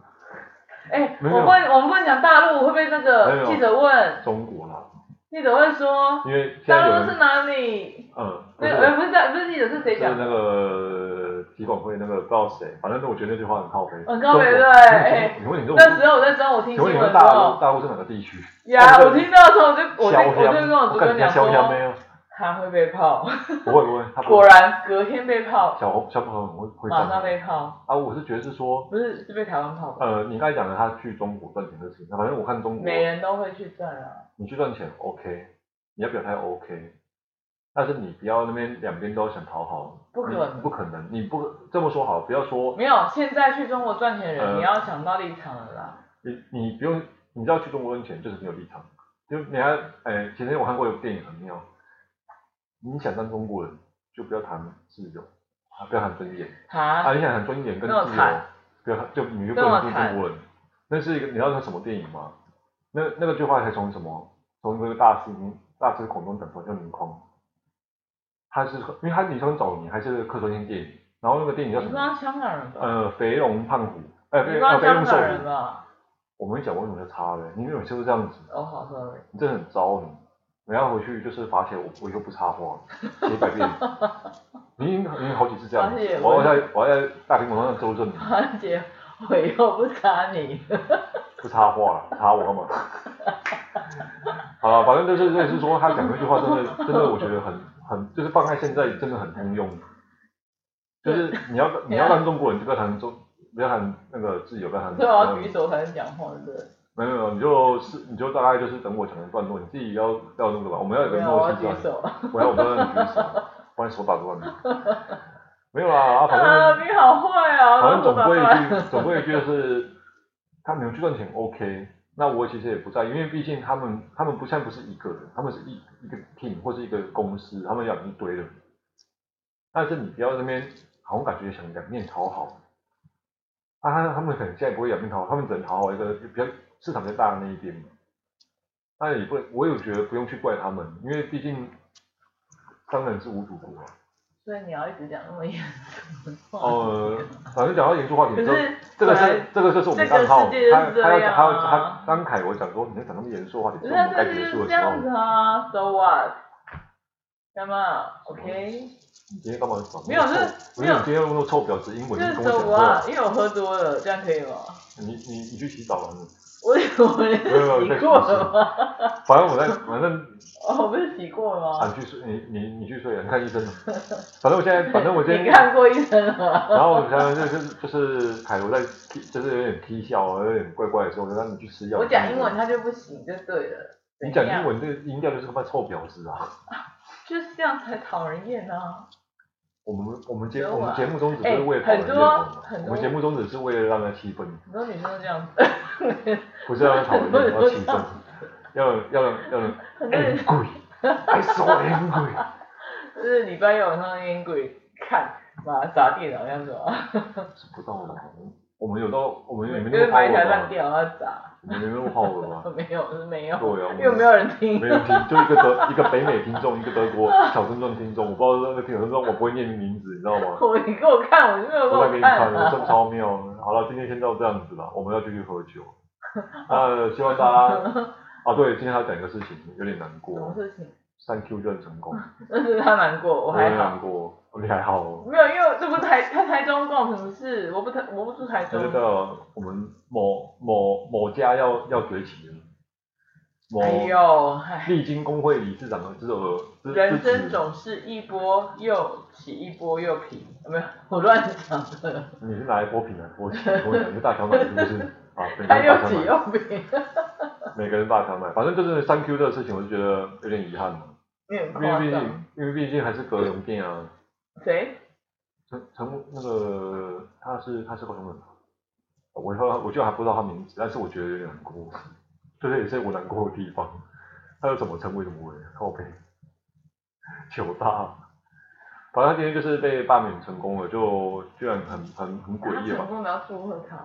Speaker 2: 哎、
Speaker 1: 没有
Speaker 2: 我不能，我们不能讲大陆，我会被那
Speaker 1: 没
Speaker 2: 个
Speaker 1: 有
Speaker 2: 记者问，
Speaker 1: 中国啦，
Speaker 2: 记者会说
Speaker 1: 因为现在
Speaker 2: 大
Speaker 1: 有
Speaker 2: 陆是
Speaker 1: 人
Speaker 2: 哪里？
Speaker 1: 嗯，不
Speaker 2: 对，
Speaker 1: 是
Speaker 2: 呃，不是大，不是记者，是谁
Speaker 1: 就是
Speaker 2: 讲的？
Speaker 1: 那个体管会那个不知道谁，反正我觉得那句话很靠背。
Speaker 2: 很靠背
Speaker 1: 中国
Speaker 2: 对哎
Speaker 1: 你问你这种，
Speaker 2: 那时候我在中午
Speaker 1: 请
Speaker 2: 听新
Speaker 1: 问
Speaker 2: 闻
Speaker 1: 你们
Speaker 2: 的时
Speaker 1: 大陆
Speaker 2: 候，
Speaker 1: 大陆是哪个地区？
Speaker 2: 呀，
Speaker 1: 我
Speaker 2: 我听到的时候我 就我就
Speaker 1: 潇湘，
Speaker 2: 我就跟我主
Speaker 1: 感
Speaker 2: 管
Speaker 1: 觉
Speaker 2: 讲
Speaker 1: 潇湘妹
Speaker 2: 说，
Speaker 1: 啊，
Speaker 2: 他会被泡，
Speaker 1: 不会不会，他不会
Speaker 2: 果然隔天被泡，
Speaker 1: 小红小朋友很会会
Speaker 2: 马
Speaker 1: 站
Speaker 2: 上被泡，
Speaker 1: 啊，我是觉得是说，
Speaker 2: 不是是被台湾泡吧？
Speaker 1: 呃，你刚才讲的他去中国赚钱的事情，反正我看中国
Speaker 2: 每人都会去赚啊，
Speaker 1: 你去赚钱 OK，你要表态 OK，但是你不要那边两边都想讨好，
Speaker 2: 不可能
Speaker 1: 你不可能，你不这么说好，不要说
Speaker 2: 没有，现在去中国赚钱的人，
Speaker 1: 呃
Speaker 2: 你要想到立场了啦。
Speaker 1: 你你不用，你知道去中国赚钱就是没有立场，就你还哎，前天我看过一部电影很妙，你想当中国人就不要谈自由，啊不要谈尊严，
Speaker 2: 哈
Speaker 1: 啊，你想谈尊严跟自
Speaker 2: 那么
Speaker 1: 由
Speaker 2: 惨，
Speaker 1: 不要就你就不
Speaker 2: 那么
Speaker 1: 能做
Speaker 2: 惨
Speaker 1: 中国人，那是一个你知道那什么电影吗？那那个句话才从什么？从那个大师大师孔中讲出来叫林匡，他是因为他李昌早年还是客串性电影，然后那个电影叫
Speaker 2: 你
Speaker 1: 什
Speaker 2: 不
Speaker 1: 么？
Speaker 2: 当香港人吧？
Speaker 1: 呃，肥龙胖虎，呃，
Speaker 2: 你
Speaker 1: 肥
Speaker 2: 不当
Speaker 1: 呃肥
Speaker 2: 香
Speaker 1: 龙瘦
Speaker 2: 港人
Speaker 1: 虎。
Speaker 2: 吧？
Speaker 1: 我们讲为什么就差了，你每次都这样子，
Speaker 2: 哦，好，sorry。
Speaker 1: 你真的很糟你。人家回去就是罚写我我以后不插花，写一百 遍。你已经你已经好几次这样
Speaker 2: 罚写，
Speaker 1: 我要在我要在大庭广众上纠正你。
Speaker 2: 华姐，我又不打你。
Speaker 1: 不插话了，插我干嘛？好了，反正就是类似说他讲那句话，真的真的我觉得很很就是放在现在真的很通用，就是你要你
Speaker 2: 啊
Speaker 1: 要当中国人就不要谈中不要谈那个自由，不要谈
Speaker 2: 所以我要举手才能讲话，对不对？
Speaker 1: 没有没有，你就是你就大概就是等我讲一段落，你自己要要那个吧，我呃啊们要有
Speaker 2: 没
Speaker 1: 个
Speaker 2: 有，啊我
Speaker 1: 默
Speaker 2: 要
Speaker 1: 契
Speaker 2: 举
Speaker 1: 在，
Speaker 2: 手。
Speaker 1: 不然我不让你举手，不然手打断你。没有啦，啊反正
Speaker 2: 啊，你好坏啊！
Speaker 1: 反正总归一
Speaker 2: 然后
Speaker 1: 句，总归一句就是，他们有去赚钱 OK，那我其实也不在意，因为毕竟他们他们不像不是一个人，他们是一一个 team 或是一个公司，他们养一堆人。但是你不要那边好像感觉想两面讨好，啊，他他们可能现在不会两面讨好，他们只能讨好一个比较市场比较大的那一边嘛。那也不，我也觉得不用去怪他们，因为毕竟商人是无主国啊。
Speaker 2: 所以你要一直讲那么严肃的话。
Speaker 1: 哦，反正讲到严肃话题，
Speaker 2: 可
Speaker 1: 就是这个
Speaker 2: 本来
Speaker 1: 是这个就是我们
Speaker 2: 这个
Speaker 1: 账号，
Speaker 2: 世界
Speaker 1: 他
Speaker 2: 就是
Speaker 1: 他
Speaker 2: 这
Speaker 1: 要
Speaker 2: 样
Speaker 1: 他要
Speaker 2: 啊
Speaker 1: 他刚凯我讲说你在讲那么严肃的话题，
Speaker 2: 不
Speaker 1: 就是是我们该
Speaker 2: 这
Speaker 1: 结
Speaker 2: 就
Speaker 1: 束的
Speaker 2: 是这
Speaker 1: 时
Speaker 2: 样
Speaker 1: 候，
Speaker 2: 子啊，so what？干嘛？OK？
Speaker 1: 你今天干嘛爽？
Speaker 2: 没有
Speaker 1: 你臭
Speaker 2: 就是
Speaker 1: 我
Speaker 2: 没
Speaker 1: 跟
Speaker 2: 有
Speaker 1: 你今天用那个臭婊子英
Speaker 2: 就
Speaker 1: 文
Speaker 2: 是啊
Speaker 1: 跟我
Speaker 2: so
Speaker 1: 讲话
Speaker 2: what？，因为我喝多了，这样可以吗？
Speaker 1: 你你你去洗澡完了，
Speaker 2: 我 我
Speaker 1: 没有没有
Speaker 2: 是
Speaker 1: 在洗
Speaker 2: 洗过了吗？
Speaker 1: 反正我 在反正
Speaker 2: 哦，我不是洗过了
Speaker 1: 啊
Speaker 2: 吗？
Speaker 1: 你去睡你你你去睡了，你看医生了，反正我现 在反正我今
Speaker 2: 你
Speaker 1: 天。
Speaker 2: 看过医生了吗？
Speaker 1: 然后我刚刚就是就是凯罗在就是有点踢笑，啊有点怪怪的时候，我就让你去吃药。
Speaker 2: 我讲英文他就不行，就对了。
Speaker 1: 你讲英
Speaker 2: 怎样
Speaker 1: 文这个音调就是他妈臭婊子啊！
Speaker 2: 就是这样才讨人厌啊！
Speaker 1: 我们我们节
Speaker 2: 有啊
Speaker 1: 我们节目宗旨就是为了讨
Speaker 2: 哎
Speaker 1: 人
Speaker 2: 很
Speaker 1: 厌
Speaker 2: 多
Speaker 1: 恶
Speaker 2: 很
Speaker 1: 我
Speaker 2: 多
Speaker 1: 们节目宗旨是为了让人家气愤，
Speaker 2: 很多女生都这样子，
Speaker 1: 不是让人讨人厌，
Speaker 2: 很
Speaker 1: 要
Speaker 2: 多
Speaker 1: 气
Speaker 2: 人都这
Speaker 1: 愤
Speaker 2: 样，
Speaker 1: 要要要人
Speaker 2: 很多人
Speaker 1: angry，I 哎 so angry。
Speaker 2: 就是礼拜六晚上烟鬼看，妈砸电脑这样子啊，
Speaker 1: 不知道我们我们有到我们有没
Speaker 2: 就是
Speaker 1: 有
Speaker 2: 买
Speaker 1: 跑
Speaker 2: 一台烂
Speaker 1: 过吗？
Speaker 2: 电脑要砸，
Speaker 1: 我们有没有跑过吗？
Speaker 2: 没有是没有，
Speaker 1: 对啊我们
Speaker 2: 因为没有人听
Speaker 1: 没，人听，就一个德一个北美听众，一个德国小村庄听众，我不知道那个小村庄我不会念名字，你知道吗？
Speaker 2: 我你给我看，我就没有给
Speaker 1: 我再给
Speaker 2: 我
Speaker 1: 你
Speaker 2: 看
Speaker 1: 看，我
Speaker 2: 啊，
Speaker 1: 真超妙。好了，今天先到这样子吧，我们要继续喝 酒。那希望大家，啊对，今天还要讲一个事情，有点难
Speaker 2: 什
Speaker 1: 过
Speaker 2: 么。事情？
Speaker 1: 三 Q 就很成功，
Speaker 2: 但是他难过，我
Speaker 1: 也
Speaker 2: 哦还好，
Speaker 1: 难过，你还好哦。
Speaker 2: 没有，因为这不是台台台中关我什么事？我不台我不住台
Speaker 1: 那
Speaker 2: 中
Speaker 1: 这，个我们某某某家要要崛起了，某
Speaker 2: 哎呦，唉
Speaker 1: 历经工会理事长的这种之
Speaker 2: 人生
Speaker 1: 之职，
Speaker 2: 总是一波又起，一波又平，啊没有，我乱讲的，
Speaker 1: 你是拿来剥皮的，剥皮，我 跟你讲，你是大小奶是不是？啊，每个
Speaker 2: 他
Speaker 1: 人
Speaker 2: 又
Speaker 1: 大小
Speaker 2: 起哦
Speaker 1: 奶，
Speaker 2: 又平，
Speaker 1: 每个人大小奶，反正就是三 Q 这个事情，我就觉得有点遗憾了。
Speaker 2: 有点
Speaker 1: 因
Speaker 2: 夸
Speaker 1: 为毕
Speaker 2: 张。
Speaker 1: 竟，因为毕竟还是隔两店啊。
Speaker 2: 谁？
Speaker 1: 陈陈那个他是他是高雄人，哦我说我就还不知道他名字，但是我觉得有点难过，就是也是我难过的地方。他又怎么成为什么人？靠背，糗大。反正他今天就是被罢免成功了，就居然很很很
Speaker 2: 他
Speaker 1: 诡异吧
Speaker 2: 成？功的要祝贺他。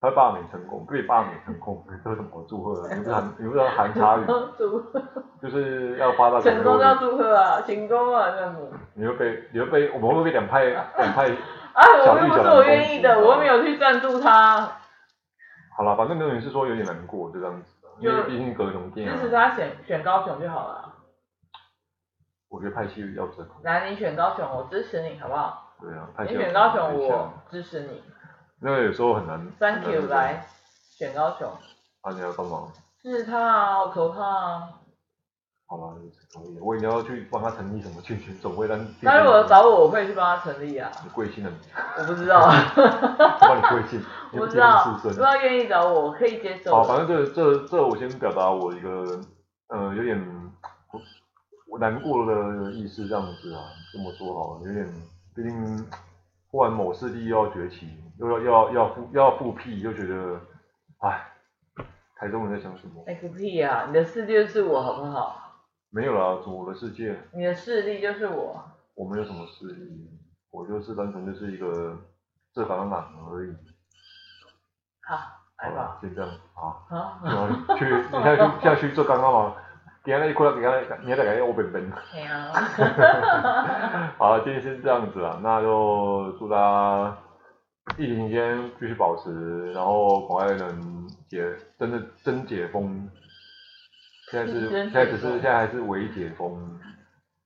Speaker 1: 他罢免成功，被罢免成功，这有什么好祝贺啊的？你不是韩，你不是韩茶语，
Speaker 2: 祝贺
Speaker 1: 就是要发大财
Speaker 2: 成功就要祝贺啊，成功啊这样子。
Speaker 1: 你会被你会被我们会被两派两派
Speaker 2: 啊，我又不是我愿意的，我又没有去赞助他，
Speaker 1: 好了，反正刘女士说有点难过，就这样子，因为毕竟隔雄
Speaker 2: 支
Speaker 1: 店啊，
Speaker 2: 持他选选高雄就好了。
Speaker 1: 我觉得派系要折扣，
Speaker 2: 来，你选高雄，我支持你，好不好？
Speaker 1: 对啊，派
Speaker 2: 你
Speaker 1: 系要
Speaker 2: 选
Speaker 1: 折
Speaker 2: 高
Speaker 1: 扣
Speaker 2: 雄，
Speaker 1: 一下
Speaker 2: 我，支持你。
Speaker 1: 因为有时候很难。
Speaker 2: Thank
Speaker 1: 很
Speaker 2: you，
Speaker 1: 难
Speaker 2: 来选高雄，
Speaker 1: 啊，你要帮忙，
Speaker 2: 支持他啊，我投他啊。
Speaker 1: 好吧，可以，我一定要去帮他成立什么竞选总会，但是
Speaker 2: 他如果找我，我会去帮他成立啊。
Speaker 1: 你贵姓啊？
Speaker 2: 我不知 道，
Speaker 1: 我帮你贵姓，你 不
Speaker 2: 我不知
Speaker 1: 结
Speaker 2: 道
Speaker 1: 婚，
Speaker 2: 如
Speaker 1: 自
Speaker 2: 果
Speaker 1: 身。
Speaker 2: 他愿意找我，我可以接受。
Speaker 1: 好，反正这这这我先表达我一个呃有点我我难过的意思这样子啊，这么说好了，有点毕竟忽然某势力又要崛起，又要又要又要复又要复辟，又觉得唉，台中人在想什么？
Speaker 2: 哎，个屁啊！你的世界就是我，好不好？
Speaker 1: 没有啦，我的世界
Speaker 2: 你的势力就是我。
Speaker 1: 我没有什么势力，我就是单纯就是一个正港党而已。
Speaker 2: 好，
Speaker 1: 好
Speaker 2: 来
Speaker 1: 了
Speaker 2: 吧。，
Speaker 1: 先这样啊，
Speaker 2: 好，
Speaker 1: 去你下去下去做刚刚嘛，今天一过来，今天今天大概要我本本。
Speaker 2: 哎呀，
Speaker 1: 好，今天先这样子啦，那就祝大家疫情期间继续保持，然后国外能解真的真解封。现在是
Speaker 2: 嗯真解封
Speaker 1: 现在只是现在还是微解封，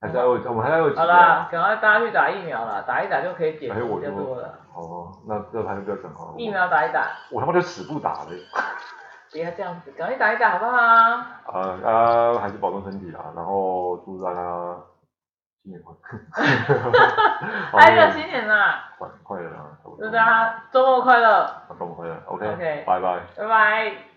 Speaker 1: 还是要我们还要有几
Speaker 2: 嗯好
Speaker 1: 天
Speaker 2: 啦，赶快大家去打疫苗啦，打一打就可以解
Speaker 1: 哎
Speaker 2: 决
Speaker 1: 我
Speaker 2: 比较
Speaker 1: 就
Speaker 2: 多了。
Speaker 1: 哦，那这还是不要讲好了。
Speaker 2: 疫
Speaker 1: 我
Speaker 2: 苗打一打，
Speaker 1: 我他妈就死不打了，
Speaker 2: 不要这样子，赶快打一打好不好？
Speaker 1: 啊啊，还是保重身体啦，然后祝大家新年快 乐，
Speaker 2: 还有新年啦，
Speaker 1: 快快乐啦，差不
Speaker 2: 祝
Speaker 1: 多，
Speaker 2: 大家周末快乐，
Speaker 1: 啊周末快乐，OK，
Speaker 2: OK
Speaker 1: 拜拜。
Speaker 2: 拜拜。